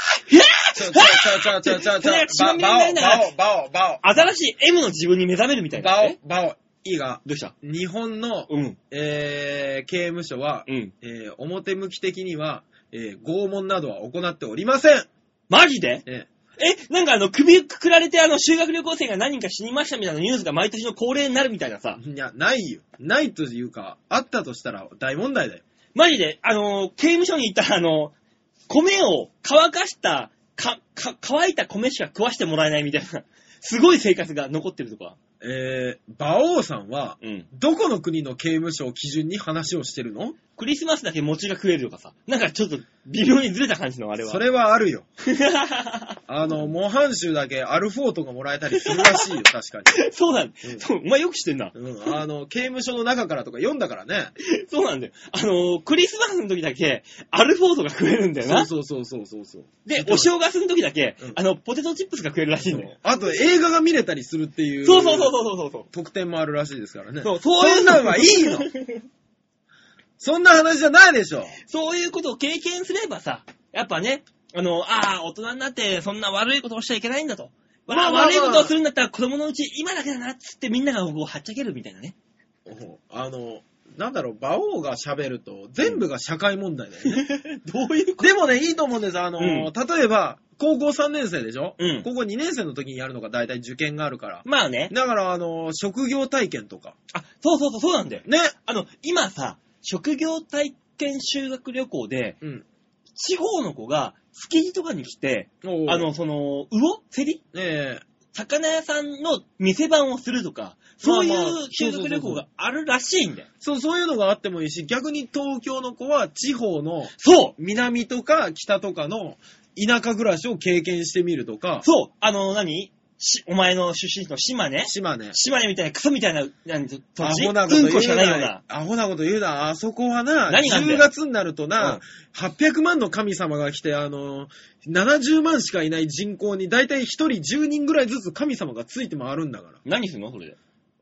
S3: ちょちょちょちょちょちょちょ
S2: 早く死んで
S3: バ
S2: みんな
S3: オ、バオ、バ
S2: 新しい M の自分に目覚めるみた
S3: オ、
S2: い
S3: バ
S2: な、
S3: オ、バ
S2: ね。
S3: オ、バオ、いいが、
S2: どうした
S3: 日本の、
S2: うん。
S3: えー、刑務所は、
S2: うん。
S3: えー表向き的には、えー拷問などは行っておりません。
S2: マジで
S3: え
S2: え、なんかあの、首くくられてあの、修学旅行生が何人か死にましたみたいなニュースが毎年の恒例になるみたいなさ。
S3: いや、ないよ。ないというか、あったとしたら大問題だよ。
S2: マジで、あのー刑務所に行ったらあの、米を乾かしたか、か、乾いた米しか食わしてもらえないみたいな、すごい生活が残ってるとか。
S3: えー、馬王さんは、
S2: うん。
S3: どこの国の刑務所を基準に話をしてるの
S2: クリスマスだけ餅が食えるとかさ。なんかちょっと微妙にずれた感じのあれは。
S3: それはあるよ。あの、模範囚だけアルフォートがもらえたりするらしいよ、確か
S2: (laughs) そうなんだ、
S3: うん
S2: そうお前よく知ってんな。 (laughs)
S3: に。うん、あの、刑務所の中からとか読んだからね。
S2: そうなんだよ。あのークリスマスの時だけ、アルフォートが食えるんだよ
S3: そ
S2: な。
S3: うそうそうそうそうそう。
S2: で、お正月の時だけ、
S3: うん
S2: あの、ポテトチップスが食えるらしいんだよ。
S3: あと映画が見れたりするっていう。
S2: そうそうそうそうそうそう。
S3: 特典もあるらしいですからね。
S2: そうそういうの
S3: んなんはいいの。そんな話じゃないでしょ。
S2: そういうことを経験すればさ、やっぱね、あの、ああ、大人になってそんな悪いことをしちゃいけないんだと。わ
S3: ま
S2: あ、
S3: あまあまあ
S2: 悪いことをするんだったら子供のうち今だけだなっつってみんながこうはっちゃけるみたいなね。
S3: あの、なんだろう、馬王が喋ると、全部が社会問題だよね。
S2: (laughs) どういう
S3: でもね、いいと思うんです。あの、
S2: うん
S3: 例えば、高校3年生でしょ、
S2: うん
S3: 高校2年生の時にやるのが大体受験があるから。
S2: まあね。
S3: だから、あの、職業体験とか。
S2: あ、そうそうそう、そうなんだよ。
S3: ね。
S2: あの、今さ、職業体験修学旅行で、
S3: うん。
S2: 地方の子が築地とかに来て、
S3: おう
S2: あ、の、その、魚競り
S3: ねえ。
S2: 魚屋さんの店番をするとか、そうい
S3: まあまあ
S2: う修学旅行があるらしいんだよ。
S3: そう、そういうのがあってもいいし、逆に東京の子は地方の
S2: そう
S3: 南とか北とかの田舎暮らしを経験してみるとか、
S2: そう、あの、何しお前の出身地の島根
S3: 島根。
S2: 島根みたいなクソみたいな、何、土
S3: ア
S2: 地
S3: ホなこと
S2: うんこし
S3: 言
S2: かな
S3: う
S2: いよう
S3: な
S2: な。。
S3: アホなこと言うな。あそこはな、
S2: 何なんだよ
S3: 10月になると
S2: うん
S3: な、800万の神様が来て、あの、70万しかいない人口に、だいたい1人10人ぐらいずつ神様がついて回るんだから。
S2: 何するのそれで。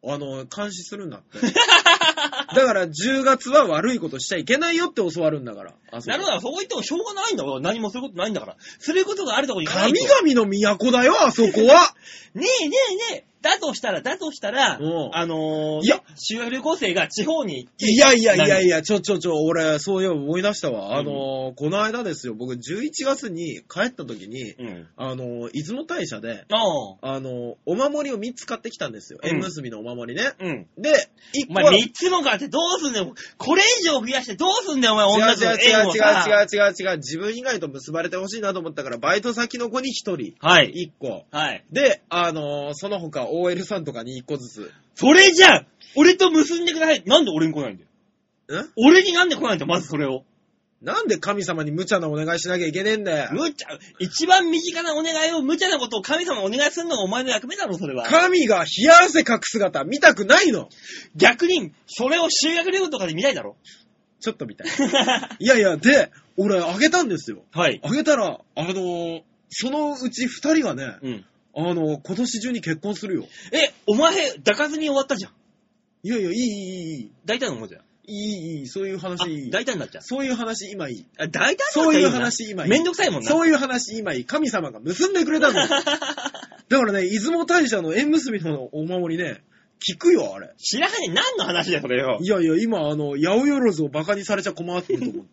S3: あの、監視するんだって。
S2: (laughs)
S3: だから10月は悪いことしちゃいけないよって教わるんだから。あそ
S2: な
S3: こ
S2: るほど、そう言ってもしょうがないんだよ。何もすることないんだから。することがあるとこに行かない
S3: 神
S2: と。
S3: 々の都だよ、あそ
S2: (laughs)
S3: こは
S2: ねえねえねえ。だとしたら、だとしたら
S3: うん、
S2: あのー、
S3: いや
S2: 修学旅行生が地方に行って、
S3: いやいやいやいや、ちょちょちょ、俺、そういえば思い出したわ。あのー、この間ですよ、僕11月に帰った時に、
S2: うん。
S3: あのー、出雲大社で、
S2: ああ。
S3: あのー、お守りを3つ買ってきたんですよ。
S2: うん
S3: 縁結びのお守りね。
S2: うん。
S3: で、1
S2: お
S3: 個
S2: 前
S3: は、違う
S2: 三つも買ってどうすんだよ。これ以上増やしてどうすんだよ、お前。女と
S3: 違う
S2: 縁
S3: 違う
S2: を
S3: 違
S2: さ
S3: う違う違う違う、自分以外と結ばれてほしいなと思ったから、バイト先の子に1人、
S2: はい。
S3: 1個。
S2: はい。
S3: で、あのー、その他 OL さんとかに1個ずつ。
S2: それじゃん俺と結んでください。なんで俺に来ないんだよ。
S3: ん
S2: 俺になんで来ないんだよ、まずそれを。
S3: なんで神様に無茶なお願いしなきゃいけねえんだよ。
S2: むちゃ、一番身近なお願いを無茶なことを神様にお願いするのがお前の役目だろ、それは。
S3: 神が冷や汗かく姿見たくないの
S2: 逆に、それを修学旅行とかで見たいだろ。 (laughs)
S3: ちょっと見たい。いやいや、で、俺、あげたんですよ。
S2: はい。
S3: あげたら、あのーそのうち二人がね、
S2: うん。
S3: あのー今年中に結婚するよ。
S2: え、お前、抱かずに終わったじゃん。
S3: いやいや、いい、いい、いい
S2: 大体のもんじゃん。あ、
S3: いい、いい、そういう話いい。
S2: 大体になっちゃう。
S3: そういう話今いい。
S2: あ大体
S3: そういう
S2: なっちゃ
S3: 話今いい。
S2: めんどくさいもんな。
S3: そういう話今いい。神様が結んでく
S2: (laughs)
S3: れたんだよ。だからね、出雲大社の縁結びのお守りね、聞くよ、あれ。
S2: 白羽に何の話だよ、それよ。
S3: いやいや、今、あの、八百万をバカにされちゃ困ってると思
S2: (laughs)
S3: って。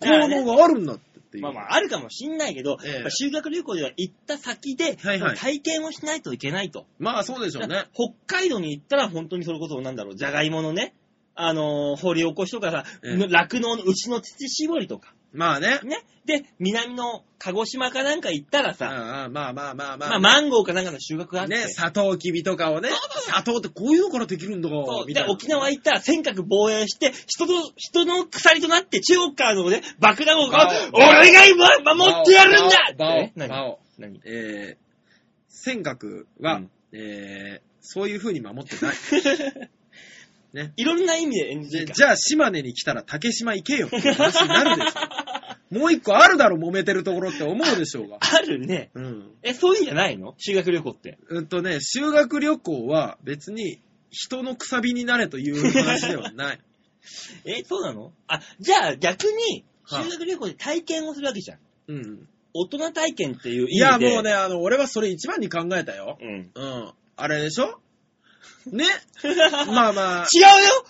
S2: だからね
S3: 行動があるんだってっていう。
S2: まあまあ、あるかもしんないけど、
S3: ええ
S2: やっぱ修学旅行では行った先で、
S3: はいはい
S2: 体験をしないといけないと。
S3: まあそうでしょう
S2: (laughs)
S3: ね。
S2: 北海道に行ったら本当にそれこそなんだろう、じゃがいものね、あのー掘り起こしとかさ
S3: ええ、
S2: 酪農のうちの土絞りとか、
S3: まあね。
S2: ね。で、南の鹿児島かなんか行ったら
S3: うん
S2: さ、
S3: うんまあまあまあまあ。
S2: まあ、マンゴーかなんかの収穫があって、
S3: ね、砂糖キビとかをね、砂糖ってこういうのからできるんだ
S2: そう
S3: み
S2: で
S3: たいな。
S2: 沖縄行ったら尖閣防衛して、人の、人の鎖となって中国からのね、爆弾を、
S3: バオ
S2: 俺が守ってやるんだ
S3: バ
S2: え
S3: オ、バオ、バ
S2: 何
S3: オ
S2: 何
S3: えー、尖閣は、
S2: うん
S3: えー、そういう風に守ってない。ね
S2: (laughs) いろんな意味で NG
S3: じ
S2: か。
S3: じゃあ、島根に来たら竹島行
S2: (laughs)
S3: けよって話になるでしょ。もう一個あるだろ、揉めてるところって思うでしょうが。
S2: あるね。
S3: うん。
S2: え、そういうんじゃないの修学旅行って。
S3: うんとね、修学旅行は別に人のくさびになれという話で
S2: (laughs)
S3: はない。
S2: え、そうなのあ、じゃあ逆に、
S3: はい
S2: 修学旅行で体験をするわけじゃん。
S3: うん。
S2: 大人体験っていう意味で。
S3: いや、もうね、。あの、俺はそれ一番に考えたよ。
S2: うん。違うよ
S3: うん。あれでしょ
S2: (laughs)
S3: ね (laughs) まあまあ、
S2: 違うよ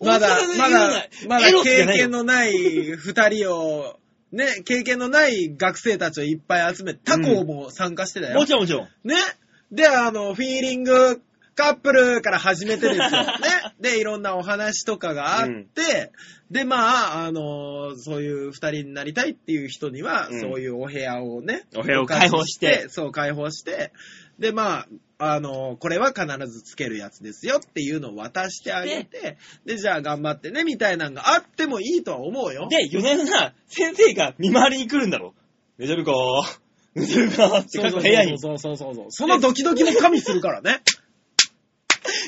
S3: まだ
S2: 大阪、の言うような
S3: まだ、まだ
S2: エロスじ
S3: 経
S2: ゃないよ
S3: 験のない二人を、ね、経験のない学生たちをいっぱい集めて、他校も参加してたよ。
S2: もちろんもちろん。
S3: ね。で、あの、フィーリング、カップルから始めてです
S4: (laughs)
S3: よ。ね。で、いろんなお話とかがあって、
S4: うん
S3: で、まあ、あのーそういう二人になりたいっていう人には、
S4: うん
S3: そういうお部屋をね、
S4: お部屋を
S3: 貸
S4: 開放して
S3: そう、開放して、で、まあ、あのーこれは必ずつけるやつですよっていうのを渡してあげて、で、じゃあ頑張ってね、みたいなのがあってもいいとは思うよ。
S2: で、4年な、先生が見回りに来るんだろ。大丈夫か大丈夫かって
S3: そうそ
S2: 各
S3: う
S2: 部屋に。
S3: そうそうそうそう。そのドキドキも加味するからね。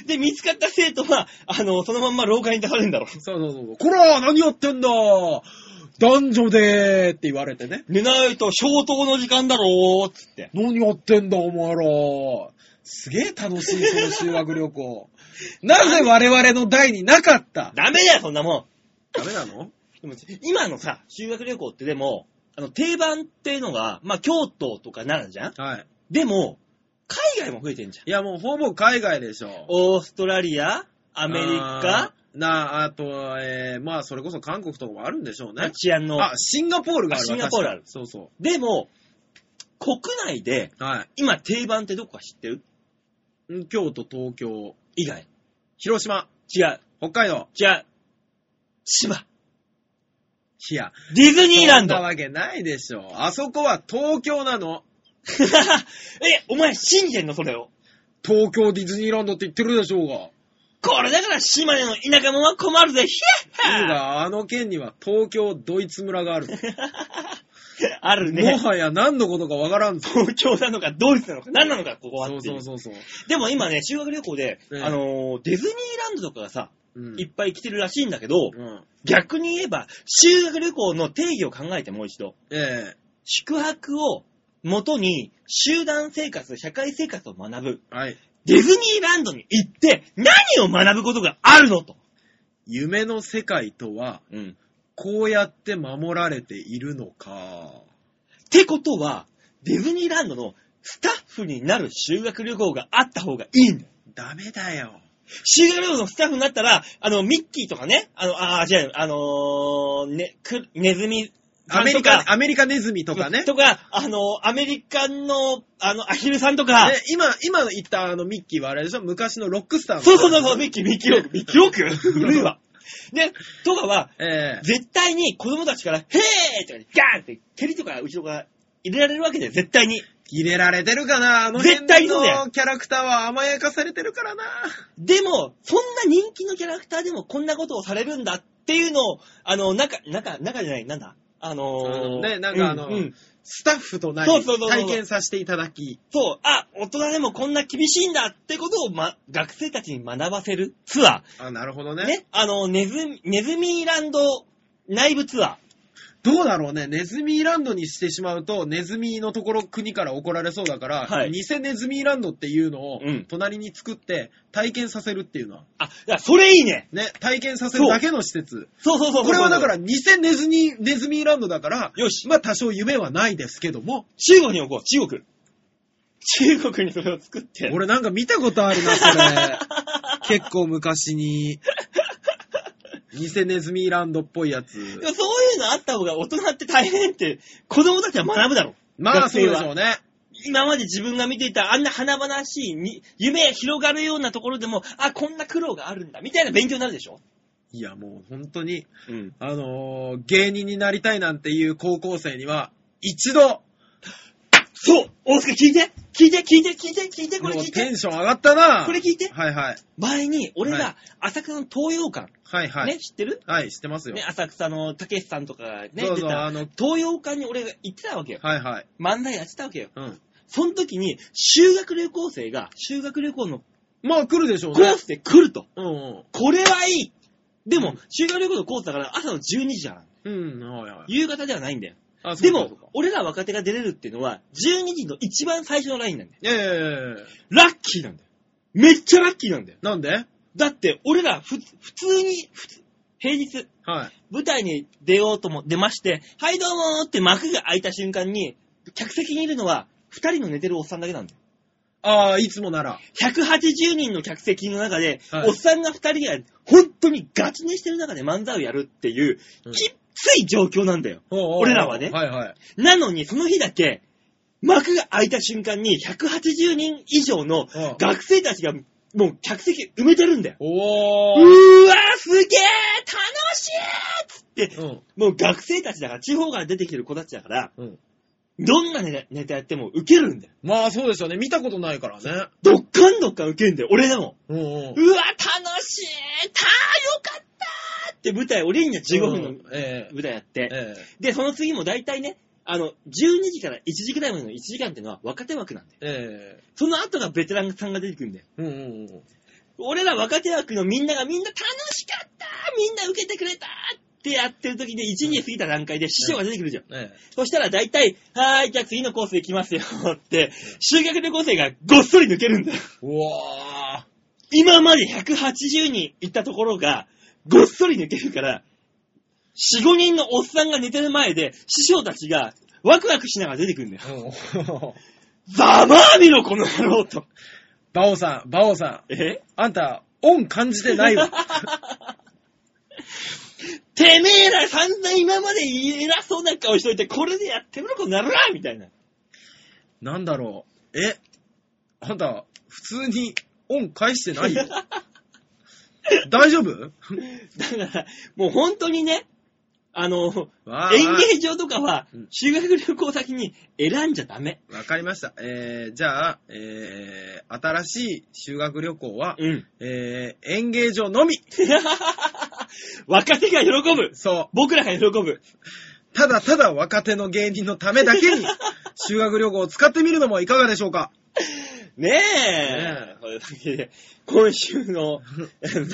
S2: で、見つかった生徒は、あの、そのまんま廊下に倒れるんだろ。
S3: そうそうそうそう。こら、何やってんだ男女でーって言われてね。
S2: 寝ないと消灯の時間だろーっつって。
S3: 何やってんだ、お前ら。すげえ楽しい、その修学旅 (laughs) 行。なぜ我々の代になかった
S2: ダメだよ、そんなも
S3: ダメなの
S2: ん。でも今のさ、修学旅行ってでも、あの、定番っていうのが、まあ、京都とか奈良じゃん
S3: はい。
S2: でも、海外も増えてんじゃん。
S3: いや、もうほぼ海外でしょ。
S2: オーストラリア、ア
S3: ア
S2: メリカ、
S3: なあ、あと、えー、まあ、それこそ韓国とかもあるんでしょうね。
S2: 治安の。
S3: あ、シンガポールがある
S2: あシ
S3: わ
S2: ンガポールある
S3: 確かそうそ
S2: でも、国内で、
S3: う。はい
S2: 今定番ってどこか知ってる
S3: うん。京都、東京、
S2: 以外。
S3: 広島、
S2: 違う、
S3: 北海道、
S2: 違う。千葉。
S3: いや、
S2: ディズニーランド
S3: そんな。わけないでしょ。あそこは東京なの。
S2: (laughs) え、お前信じてんのそれを。
S3: 東京ディズニーランドって言ってるでしょうが。
S2: これだから島根の田舎者は困るぜ。ひゃ
S3: い
S2: っ
S3: い
S2: は
S3: が、あの県には東京ドイツ
S2: (laughs)
S3: 村がある。
S2: ある
S3: も
S2: ね。
S3: はや何のことかわからんぞ。
S2: 東京なのかドイツなのか何なのかここはって
S3: そ
S2: いうう
S3: そうそうそう。
S2: でも今ね、修学旅行で、
S3: ええ
S2: あのーディズニーランドとかがさ、
S3: うん
S2: いっぱい来てるらしいんだけど、
S3: うん
S2: 逆に言えば、修学旅行の定義を考えてもう一度。
S3: ええ
S2: 宿泊を元に集団生活、社会生活を学ぶ。
S3: はい。
S2: ディズニーランドに行って何を学ぶことがあるのと。
S3: 夢の世界とは、
S2: うん。
S3: こうやって守られているのか。
S2: ってことは、ディズニーランドのスタッフになる修学旅行があった方がいいんだよ。
S3: ダメだよ。
S2: 修学旅行のスタッフになったら、あの、ミッキーとかね、あの、あー、違う、あのーね、く、ネズミさ
S3: ア
S2: ん
S3: メ
S2: と
S3: リカ
S2: か、、
S3: アメリカネズミとかね。
S2: とか、あの、アメリカの、あの、アヒルさんとか、
S3: ね今、今言ったあのミッキーはあれでしょ昔のロックスターの
S2: そうそうそうそう、ミッキー、ミッキーローク、ミッキーローク古いわ。ね、とかは、
S3: ええ
S2: 絶対に子供たちから、へーとかね、ガーンって蹴りとか後ろから入れられるわけだよ、絶対に。
S3: 入れられてるかなあの
S2: 絶対
S3: 辺
S2: そうだよ
S3: のキャラクターは甘やかされてるからな。
S2: でも、そんな人気のキャラクターでもこんなことをされるんだっていうのを、あの、中、中、中じゃない、なんだあのー、
S3: ね、なんかあの、
S2: うんうん
S3: スタッフとな
S2: そうそう
S3: り
S2: そうそう
S3: 体験させていただき、
S2: そう、あ、大人でもこんな厳しいんだってことを、ま、学生たちに学ばせるツア
S3: あ、なるほど
S2: ー。
S3: ね
S2: ね、あの、ネズミ、ネズミランド内部ツアー。
S3: どうだろうね。ネズミーランドにしてしまうと、ネズミのところ国から怒られそうだから、
S2: はい
S3: 偽ネズミーランドっていうのを
S2: うん
S3: 隣に作って体験させるっていうのは、
S2: あ、だからそれいいね。
S3: ね、体験させるだけの施設。
S2: そうそうそうそう
S3: これはだから、偽ネズミ、ネズミーランドだから、
S2: よし
S3: まあ多少夢はないですけども、
S2: 中国に置こう、中国。中国にそれを作って。
S3: 俺なんか見たことあるな、そ (laughs) れ。結構昔に。偽ネズミーランドっぽいやつ
S2: で。
S3: (laughs)
S2: もそういうのあった方が大人って大変って、子供たちは学ぶだろ。
S3: まあ
S2: 学
S3: そう
S2: 生
S3: で
S2: は
S3: しょうね。
S2: 今まで自分が見ていたあんな華々しいに、夢が広がるようなところでも、あ、こんな苦労があるんだ、みたいな勉強になるでしょ
S3: いやもう本当に、
S2: うん。
S3: あのー芸人になりたいなんていう高校生には、一度、
S2: そう大塚聞いて聞いて聞いて聞いて聞いてこれ
S3: も
S2: 聞
S3: う
S2: い
S3: テ
S2: て
S3: ンション上がったな
S2: これ聞いて
S3: はいはい。
S2: 前に、俺
S3: は
S2: が浅草の東洋館、
S3: はいはい。
S2: ね、知ってる
S3: はい、知ってますよ。
S2: ね、浅草のたけしさんとかがね、
S3: そう
S2: 出
S3: そう、
S2: た
S3: あ。の、
S2: 東洋館に俺が行ってたわけよ。
S3: はいはい。
S2: 漫才やってたわけよ。
S3: うん。
S2: その時に、修学旅行生が、修学旅行の
S3: まあ来るでしょう
S2: コー
S3: ね。
S2: スで来ると。
S3: うんうん。
S2: これはいいでも、
S3: うん
S2: 修学旅行のコースだから朝の12時じゃん。
S3: うん、はいはい。
S2: 夕方ではないんだよ。
S3: あ
S2: で、
S3: そうかそうか
S2: も、俺ら若手が出れるっていうのは、12時の一番最初のラインなんだよ。
S3: いやいやいやいや
S2: ラッキーなんだよ。めっちゃラッキーなんだよ。
S3: なんで
S2: だって、俺らふ、普通に、普通平日、
S3: はい。
S2: 舞台に出ようとも出まして、はいどうもーって幕が開いた瞬間に、客席にいるのは、二人の寝てるおっさんだけなんだよ。
S3: ああ、いつもなら。
S2: 180人の客席の中で、
S3: はい
S2: おっさんが二人が本当にガチ寝してる中で漫才をやるっていう、
S3: うん
S2: きっつい状況なんだよ。
S3: おうおうおう
S2: 俺らはね
S3: はいはい。
S2: なのに、その日だけ、幕が開いた瞬間に180人以上の
S3: うん
S2: 学生たちがもう客席埋めてるんだよ。
S3: お
S2: う
S3: ー。
S2: ーわーすげー楽しいっつって、
S3: うん。
S2: もう学生たちだから、地方から出てきてる子たちだから、
S3: うん。
S2: どんなネタネタやっても受けるんだよ。
S3: まあそうですよね。見たことないからね。
S2: どっかんどっかん受けんだよ、俺でも。
S3: うんうん。
S2: うわ、楽しいたーよかったーって舞台、俺には15分の
S3: うんええ
S2: 舞台やって、
S3: え
S2: で、その次も大体ね、あの、12時から1時くらいまでの1時間っていうのは若手枠なんで、
S3: えええ
S2: その後がベテランさんが出てくるんだよ。
S3: うんうんうん。
S2: 俺ら若手枠のみんながみんな楽しかったーみんな受けてくれたーってやってる時で1時過ぎた段階で師匠が出てくるじゃん。
S3: え
S2: そしたら大体、はーい、じゃあ次のコース行きますよって、修学旅行生がごっそり抜けるんだよ。
S3: えうわ
S2: 今まで180人行ったところが、ごっそり抜けるから、4、5人のおっさんが寝てる前で、師匠たちがワクワクしながら出てくるんだよ。
S3: ー。うん。
S2: ざまあみろ、この野郎と。
S3: バオさん、バオさん。
S2: え
S3: あんた、恩感じてない (laughs) わ。
S2: (laughs) てめえら散々今まで偉そうな顔しといて、これでやってみろ、この野郎みたいな。
S3: なんだろう。えあんた、普通に恩返してな
S2: (laughs)
S3: いよ。大丈 (laughs) 夫
S2: だから、もう本当にね、あの、
S3: わー
S2: 演芸場とかは
S3: うん、
S2: 修学旅行先に選んじゃダメ。
S3: わかりました。えー、じゃあ、えー、新しい修学旅行は、
S2: うん。
S3: えー、演芸場のみ。
S2: (laughs) 若手が喜ぶ。
S3: そう。
S2: 僕らが喜ぶ。
S3: ただただ若手の芸人のためだけに、修学旅行を使ってみるのもいかがでしょうか
S2: ねえ。
S3: ねえ
S2: というわけで今週 (laughs) の、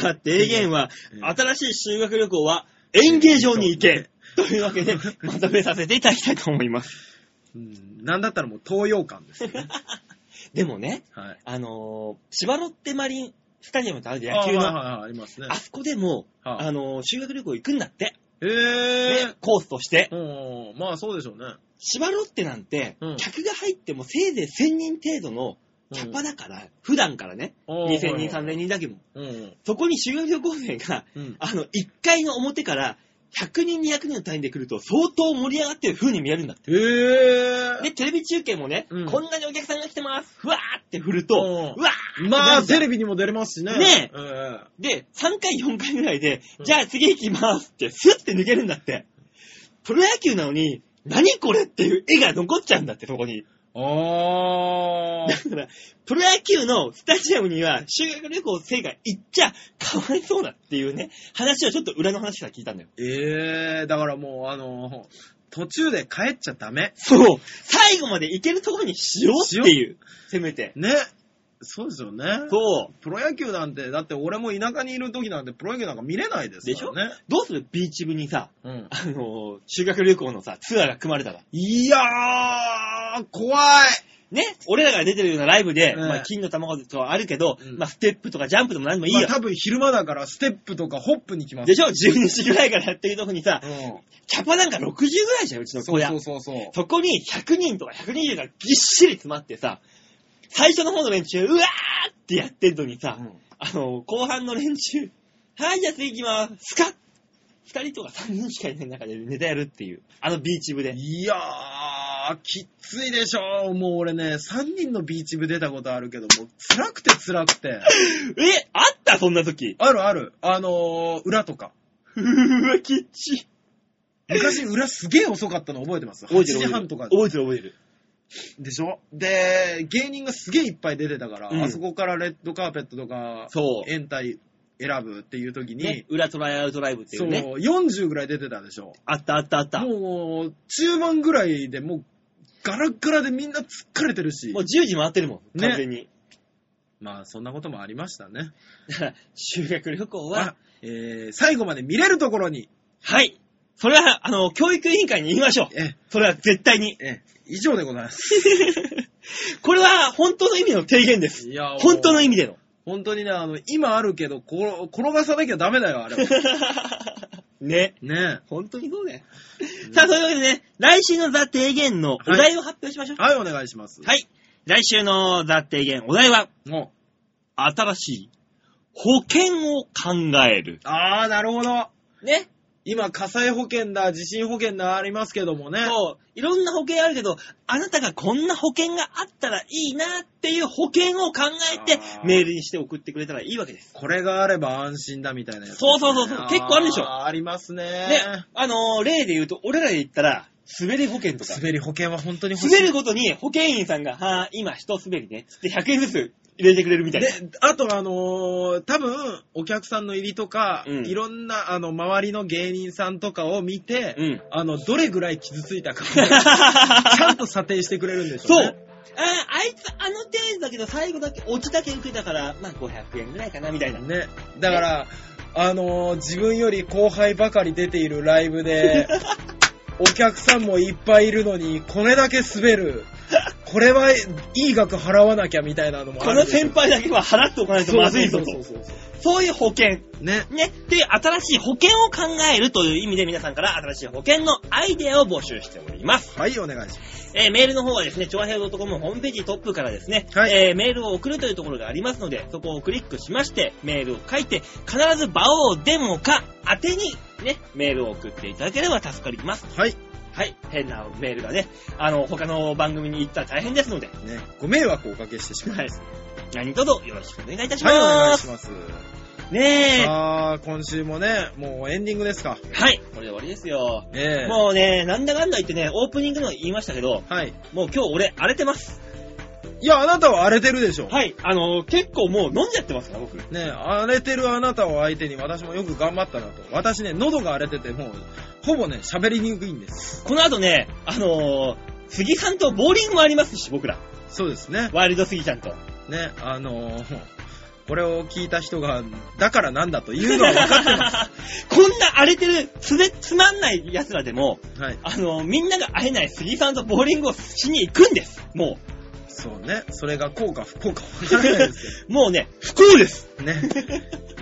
S2: まあ、提言は、新しい修学旅行は演芸場に行け。というわけ (laughs) で、まとめさせていただきたいと思います。
S3: うん、なんだったらもう東洋館ですよね。
S2: でもね、
S3: はい。
S2: あのー芝ロッテマリンスタジアムってあるじゃん野球
S3: あ
S2: の。
S3: はい
S2: あ,、
S3: はいはい、ありますね。
S2: そこでも、
S3: はあ
S2: あのー修学旅行行くんだって。
S3: え
S2: ねコースとして
S3: ー。。うん、まあそうでしょうね。
S2: 芝ロッテなんて、
S3: うん
S2: 客が入ってもせいぜい1000人程度のキャパだから、普段からね、
S3: おー
S2: 2000人、3000人だけども。
S3: うん。
S2: そこに修学旅行生が、
S3: うん。
S2: あの、1階の表から100人、200人の単位で来ると相当盛り上がってる風に見えるんだって。
S3: へえ
S2: で、テレビ中継もね、
S3: うん
S2: こんなにお客さんが来てます、ふわーって振ると、
S3: う
S2: うんわー
S3: まあ、テレ
S2: ビ
S3: ビにも出れますしね。
S2: ね
S3: え。
S2: で、3回、4回ぐらいで、
S3: うん
S2: じゃあ次行きますって、スッて抜けるんだって。プロ野球なのに、何これっていう絵が残っちゃうんだって、そこに。
S3: えあ
S2: だ
S3: ー。
S2: から、プロ野球のスタジアムには修学旅行生が行っちゃかわいそうだっていうね、話をちょっと裏の話から聞いたんだよ。
S3: ええだからもう、あの途中で帰っちゃダメ。
S2: そう。最後まで行けるところにしようっていう。せめて。
S3: ね。そうですよね。
S2: そう。
S3: プロ野球なんて、だって俺も田舎にいる時なんて、プロ野球なんか見れないです
S2: でし
S3: か
S2: ょ
S3: らね。
S2: どうするビーチ部にさ、
S3: うん。
S2: あのー修学旅行のさ、ツアーが組まれたら。
S3: いやー、怖い。
S2: ね俺らが出てるようなライブで、
S3: うん
S2: まあ、金の卵とかあるけど、
S3: うん
S2: まあ、ステップとかジャンプでも何でもいい
S3: まあ
S2: よ。
S3: 多分昼間だから、ステップとかホップに来ます。
S2: でしょ ?12 時ぐらいからやってるとこにさ
S3: う、ん。
S2: キャパなんか60ぐらいじゃん、うちの
S3: そ
S2: 小
S3: う
S2: 屋。
S3: そうそうそう。
S2: そこに100人とか120がぎっしり詰まってさ、最初の方の連中、うわーってやってるのにさ、
S3: うん
S2: あの、後半の連中、はい、じゃあ次行きます。スカッ2人とか3人しかいない中でネタやるっていう、あのビーチ部で。
S3: いやー、きついでしょもう俺ね、3人のビーチ部出たことあるけど、もう辛くて辛く
S2: (laughs)
S3: て。
S2: え、あったそんな時。
S3: あるある。あのー、裏とか。
S2: うーわ、きっち。
S3: 昔裏すげえ遅かったの覚えてます
S2: 覚
S3: ?8
S2: えてる
S3: 時半とか
S2: 覚えてる覚えてる。
S3: でしょで、芸人がすげえいっぱい出てたから、
S2: うん
S3: あそこからレッドカーペットとか、
S2: そう
S3: 延滞選ぶっていう時に、
S2: ね、裏トライアウトライブってい
S3: そうう、
S2: ね。
S3: 40ぐらい出てたでしょ
S2: あったあったあった。も
S3: もう、中盤ぐらいでもう、ガラッガラでみんな疲れてるし
S2: う10。時回ってるもん、
S3: ね
S2: 完全
S3: (laughs)
S2: に。
S3: まあ、そんなこともありましたね。
S2: だから修学旅行
S3: は
S2: は、、
S3: えー、最後まで見れるところに、
S2: はい。それは、あの、教育委員会に言いましょう。
S3: え、
S2: それは絶対に。 (laughs)
S3: え、以上でございます。
S2: これは本当の意味の提言です。
S3: いや
S2: 本当の意味での。
S3: 本当にね、あの、今あるけど、こ転がさなきゃダメだよ、
S2: (laughs)
S3: あれは。
S2: ね。
S3: ね
S2: 本当にそうね。さあ、そういうわけでね、来週のザ提言のお題を発表しましょう。
S3: え。はい、お願いします。
S2: はい。来週のザ提言、お題は、
S3: もう。
S2: 新しい保険を考える。
S3: あー、なるほど。
S2: ね。
S3: 今、火災保険だ、地震保険だありますけどもね。
S2: そう。いろんな保険あるけど、あなたがこんな保険があったらいいなっていう保険を考えて
S3: あ、ー
S2: メールにして送ってくれたらいいわけです。
S3: これがあれば安心だみたいなやつ、
S2: そうそうそう
S3: (laughs)
S2: そう結構あるでしょ
S3: ーありますね。
S2: で、あのー例で言うと、俺らで言ったら、滑り保険とか。
S3: 滑り保険は本当に欲しい
S2: 滑るごとに保険員さんが、はあ、今一滑りね、つって100円ずつ入れてくれるみたいな。
S3: で、あとあのー多分、お客さんの入りとか、
S2: うん
S3: いろんな、あの、周りの芸人さんとかを見て、
S2: うん
S3: あの、どれぐらい傷ついたか、 (laughs) ちゃんと査定してくれるんでしょ、
S2: そうう
S3: ね。。
S2: ああいつあの程度だけど最後だけ落ちだけ受けたから、まあ500円ぐらいかなみたいな。
S3: ね。だから、あのー自分より後輩ばかり出ているライブ (laughs) で、お客さんもいっぱいいるのに、これだけ滑る。これはいい額払わなきゃみたいなのもあ
S2: こ
S3: る
S2: の
S3: でしょ
S2: 先輩だけは払っておかないとまずいぞと。
S3: そうそうそうそう
S2: そういう保険。
S3: そうね。
S2: ね。で、新しい保険を考えるという意味で皆さんから新しい保険のアイデアを募集しております。
S3: はい、お願いします。
S2: えーメールの方はですね、超平洋 .com ホームページトップからですね、
S3: はい
S2: えーメールを送るというところがありますので、そこをクリックしまして、メールを書いて、必ず場をデモか宛てに、ね、メールを送っていただければ助かります。
S3: はい。
S2: はい。変なメールがね、あの、他の番組に行ったら大変ですので、
S3: ね、ご迷惑をおかけしてしまい
S2: はい
S3: ます。。
S2: 何卒よろしくお願いいたしま
S3: はい、
S2: す。
S3: お願いします。
S2: ねえ。
S3: さあ、今週もね、もうエンディングですか。
S2: はい。これで終わりですよ。
S3: ねえ。
S2: もうね、なんだかんだ言ってね、オープニングの言いましたけど、
S3: はい。
S2: もう今日俺荒れてます。
S3: いや、あなたは荒れてるでしょ。
S2: はい。あのー、結構もう飲んじゃってますから、僕。
S3: ねえ、荒れてるあなたを相手に私もよく頑張ったなと。私ね、喉が荒れてて、もう、ほぼね、喋りにくいんです。
S2: この後ね、あのー、杉さんとボーリングもありますし、僕ら。
S3: そうですね。
S2: ワイルド杉ちゃんと。
S3: ね、あのーこれを聞いた人が、だからなんだというのは分かって
S2: こ
S3: ま
S2: んな荒れてる、つれ、つまんない奴らでも、 (laughs)
S3: す。はい。
S2: あのー、みんなが会えない杉さんとボーリングをしに行くんです。も
S3: そうね。それが効果不効果分からないですけど。
S2: う、 (laughs) もうね、不幸です。 (laughs)
S3: ね。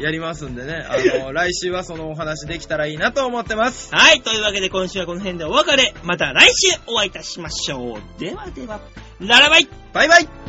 S3: やりますんでね。あの、来週はそのお話できたらいいなと思ってます。
S2: はい。というわけで今週はこの辺でお別れ。また来週お会いいたしましょう。ではでは、ララバイ
S3: バイバイ